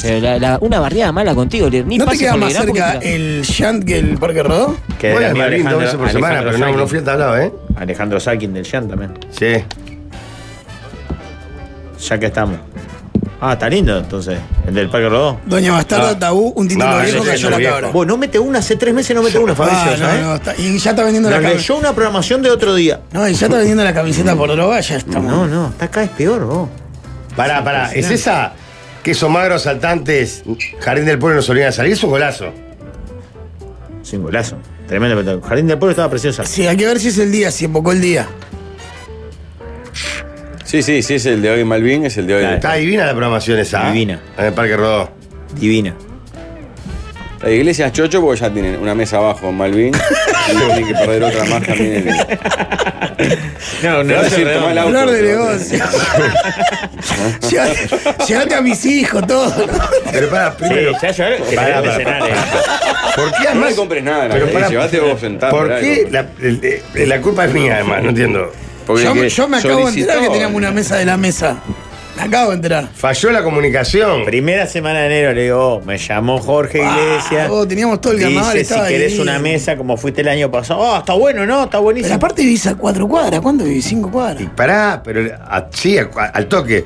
Eh, la- la- una barriada mala contigo, Lir. Ni ¿No te pases queda por más Liberá cerca porque te el Shant que el Parque Rodó? Que Voy de al la Malvin dos veces por semana, pero no, no fui al tablado, ¿eh? Alejandro Salkin del Yan también. Sí. Ya que estamos. Ah, está lindo entonces. El del Parque Rodó. Doña Bastarda, Ah. Tabú, un título No, viejo ese cayó no, la viejo. cabra. Vos no mete una, hace tres meses no mete una, Fabricio, Ah, ¿sabes? no, no, está- y ya está vendiendo la Nos camiseta. leyó una programación de otro día. No, y ya está vendiendo la camiseta por droga, ya estamos. No, no, está acá es peor, vos. Pará, pará. ¿Es esa? Queso magro, saltantes, Jardín del Pueblo no solían salir. Es un golazo. Es un golazo. Tremendo espectáculo. Jardín del Pueblo estaba preciosa. Sí, hay que ver si es el día, si embocó el día. Sí, sí, sí, es el de hoy Malvin, es el de hoy. Está divina la programación esa. ¿eh? Divina. En el Parque Rodó. Divina. La iglesia es chocho porque ya tienen una mesa abajo en Malvin. y luego tienen que perder otra más también. en- No, Te va a decir, tomá el auto. Flor de te va a negocio. Llévate- Llévate a mis hijos, todo. Pero para, primero. ya llegaron. Pará, pará, pará. ¿Por qué No además? le compres nada, Pero pero pará, llévate vos sentado. ¿Por pará, qué la, el- el- la culpa es mía, además? No entiendo. Porque Yo, que yo me acabo de enterar que solicitó- teníamos una mesa de la mesa. Me acabo de enterar. Falló la comunicación. Primera semana de enero le digo, oh, me llamó Jorge Iglesias. Oh, teníamos todo el carnaval, Dice, si estaba querés ahí. una mesa como fuiste el año pasado. Oh, está bueno, ¿no? Está Pero buenísimo. aparte vivís a cuatro cuadras. ¿Cuándo vivís? Cinco cuadras. Pará, pero a- sí, a- al toque.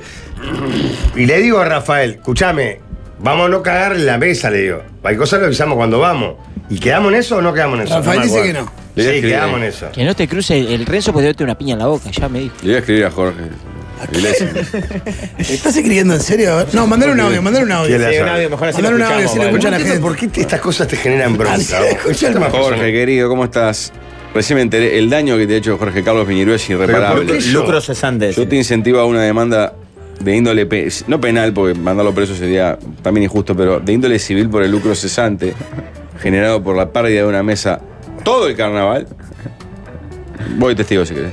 Y le digo a Rafael, escúchame, vamos a no cagar la mesa, le digo. Hay cosas lo avisamos cuando vamos. ¿Y quedamos en eso o no quedamos en eso? Rafael me dice acuerdo. que no. Le voy a Sí, escribir. quedamos en eso. Que no te cruce el, el Renzo porque te mete una piña en la boca, ya me dijo. Le voy a escribir a Jorge. Iglesias. ¿Estás escribiendo en serio? A ver. No, mandar un audio, mandar un audio. ¿Quién le hace? Mandar un audio si lo escucha la No entiendo gente. ¿Por qué te- estas cosas te generan bronca? Así, vos. escucha el Tema personal. Jorge, querido, ¿cómo estás? Recién me enteré, el daño que te ha hecho Jorge Carlos Viñirú es ¿por qué irreparable. yo? Lucro cesante. Yo te incentivo a una demanda de índole, pe- no penal, porque mandarlo preso sería también injusto, pero de índole civil por el lucro cesante generado por la pérdida de una mesa todo el carnaval. Voy testigo si querés.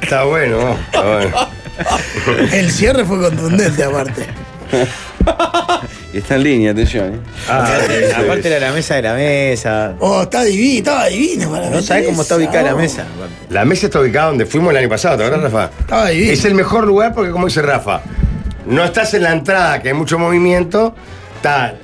Está bueno, vos, está bueno. El cierre fue contundente, aparte. Y Está en línea, atención. ¿eh? Ah, Eso es. aparte era la mesa de la mesa. Oh, está divino, estaba divino para No sabés cómo está ubicada la mesa. La mesa está ubicada donde fuimos el año pasado, ¿te acuerdas, Rafa? Es el mejor lugar porque, como dice Rafa, no estás en la entrada, que hay mucho movimiento, está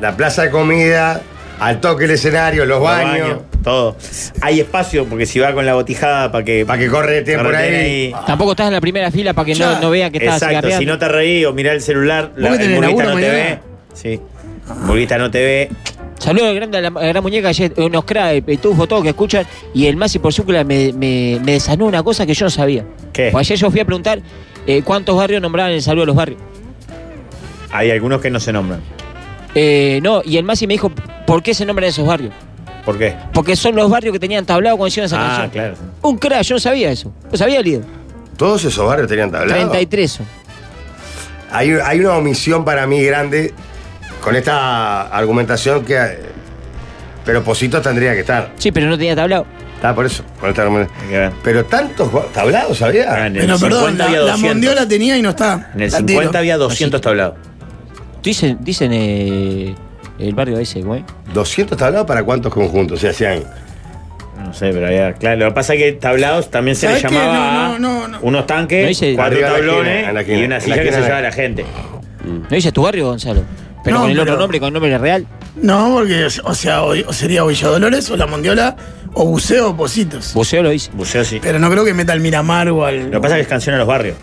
la plaza de comida, al toque el escenario, los, baños. Todo. Hay espacio porque si va con la botijada para que. Para que correte por ahí. Tampoco estás en la primera fila para que no, no vean que estás Exacto, si no te reí o mirá el celular, la, Vos que el tenés burguista no laburo te ve. mañana. Sí. El burguista no te ve. Saludos al grande, a la, a la gran muñeca, ayer, eh, unos cracks, el Petufo, todos que escuchan. Y el Masi por Zúcula me, me, me desanó una cosa que yo no sabía. ¿Qué? Porque ayer yo fui a preguntar eh, cuántos barrios nombraban el saludo a los barrios. Hay algunos que no se nombran. Eh, no, y el Masi me dijo, ¿por qué se nombran esos barrios? ¿Por qué? Porque son los barrios que tenían tablado cuando hicieron esa Ah, canción. claro. Un crack, yo no sabía eso. No sabía el líder. Todos esos barrios tenían tablado. 33 son. Hay, hay una omisión para mí grande con esta argumentación que. eh, Pero Positos tendría que estar. Sí, pero no tenía tablado. Está por eso, con esta argumentación. Pero tantos ba- tablados había. Pero perdón, la, la mondiola tenía y no está. La tiro. tablados. Dicen, dicen eh, el barrio ese, güey. 200 tablados para cuántos conjuntos se hacían. No sé, pero había. Claro, lo que pasa es que tablados también se le ¿Sabés qué? llamaba a No, no, no, no. unos tanques, No hice- cuatro Arriba de la tablones esquina, a la esquina, y una en la silla que esquina de se la- llevaba la gente. ¿No dices tu barrio, Gonzalo? Pero No, con el otro pero- nombre, con el nombre real. No, porque, o sea, o, o sería o Villa Dolores o la mondiola o buceo o Positos. Buceo lo hice. Buceo sí. Pero no creo que meta al Miramar o al. Lo que pasa es que es canción a los barrios.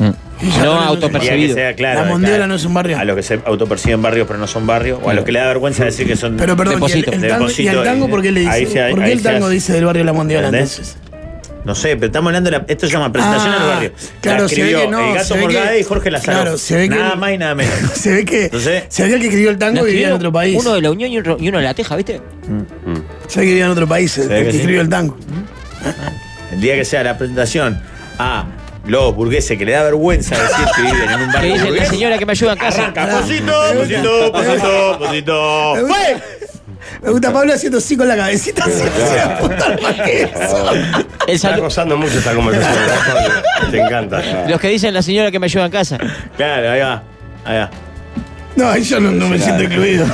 Mm. No Tendría que autopercibido. ser, claro, La mondiola claro. no es un barrio. A los que se autoperciben barrios pero no son barrios, o a los que le da Mm. vergüenza decir que son Pero perdón, ¿y el- el, de tango, Posito, y el tango eh, por qué le ahí dice? se- ¿Por qué ahí el se tango hace. dice del barrio La Mondiola ¿Entendés? entonces? No sé, pero estamos hablando de la, esto se llama presentación Ah, al barrio. claro, la se ve escribió que no, el gato se ve Morgade que- y Jorge Lazaro. claro, se ve que- nada más y nada menos. Se ve que. Entonces, Se ve que el que escribió el tango No, vivía en escribieron otro país. Uno de la Unión y otro- y uno de la Teja, ¿viste? Se ve que vivía en otro país, el Se ve el que que sí. escribió el tango. el día que sea la presentación a los burgueses que le da vergüenza decir que viven en un Que barrio dice la burgués. señora que me ayuda en casa. Arranca, Posito, Posito, Posito, Posito. Me gusta, me gusta Pablo haciendo así con la cabecita. así, así, apuntar más que eso. Está gozando mucho esta conversación. ¿no? Te encanta. Los que dicen la señora que me ayuda en casa. Claro, ahí va. Ahí va. No, yo no, no me siento incluido.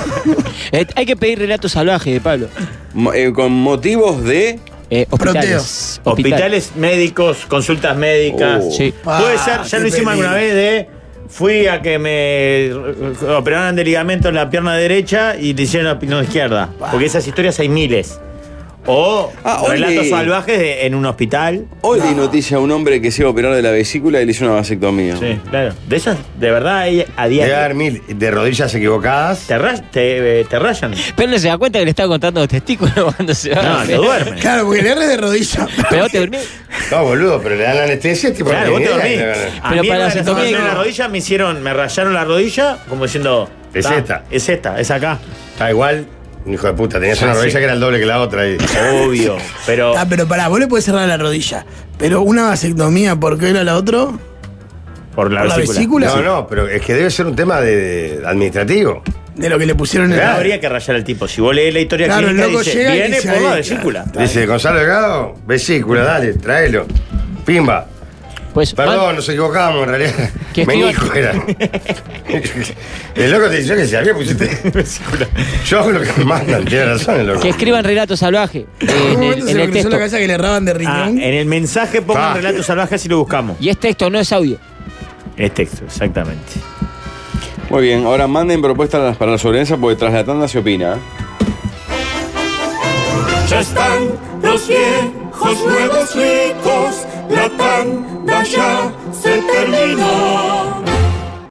Eh, hay que pedir relatos salvajes de Pablo. Eh, Mo- eh, con motivos de. hospitales. Hospitales médicos, consultas médicas. Oh. Sí. Puede Ah, ser, ya qué lo hicimos peligro. alguna vez de. Fui a que me eh, operaran de ligamento en la pierna derecha y le hicieron la pierna izquierda. Porque esas historias hay miles. O Ah, hoy relatos leí. salvajes de- en un hospital. Hoy leí noticia a un hombre que se iba a operar de la vesícula y le hizo una vasectomía. Sí, claro. De esas, de verdad, hay a Debe diario. haber mil de rodillas equivocadas. Te, ra- te, eh, te rayan. Pero no se da cuenta que le estaba contando los testículos cuando se va. No, te duerme. Claro, porque le erré de rodilla. Pero vos te dormís. No, boludo, pero le dan la anestesia tipo. Claro, vos te ni idea, dormís. claro. A mí para en la la sintomía cirugía de la que- rodilla me hicieron, me rayaron la rodilla como diciendo. Es "Ta, esta". Es esta, es acá. Está Ah, igual, un hijo de puta, tenías una Sí. rodilla que era el doble que la otra ahí. Obvio, pero. Ah, pero pará, vos le podés cerrar la rodilla. Pero una vasectomía, ¿por qué era la otra? Por la, ¿Por la vesícula? No, no, pero es que debe ser un tema de, de administrativo. De lo que le pusieron en No la habría que rayar al tipo. Si vos lees la historia Claro, el clínica, loco dice, llega y viene dice por la ahí, vesícula. Dice Gonzalo Delgado, vesícula, dale, tráelo. Pimba. Pues, Perdón, nos equivocamos en realidad. Que Mi escriba- hijo era. el loco te dice, yo que sé, a mí me pusiste vesícula. Yo hago lo que me mandan, tiene razón el loco. Que escriban relatos salvajes eh, en el, en el texto. que le erraban de riñón. Ah, en el mensaje pongan Ah. relatos salvajes y lo buscamos. Y es texto, no es audio. Es texto, exactamente. Muy bien, ahora manden propuestas para la sobremesa porque tras la tanda se opina. Ya están los viejos nuevos ricos, la tanda ya se terminó.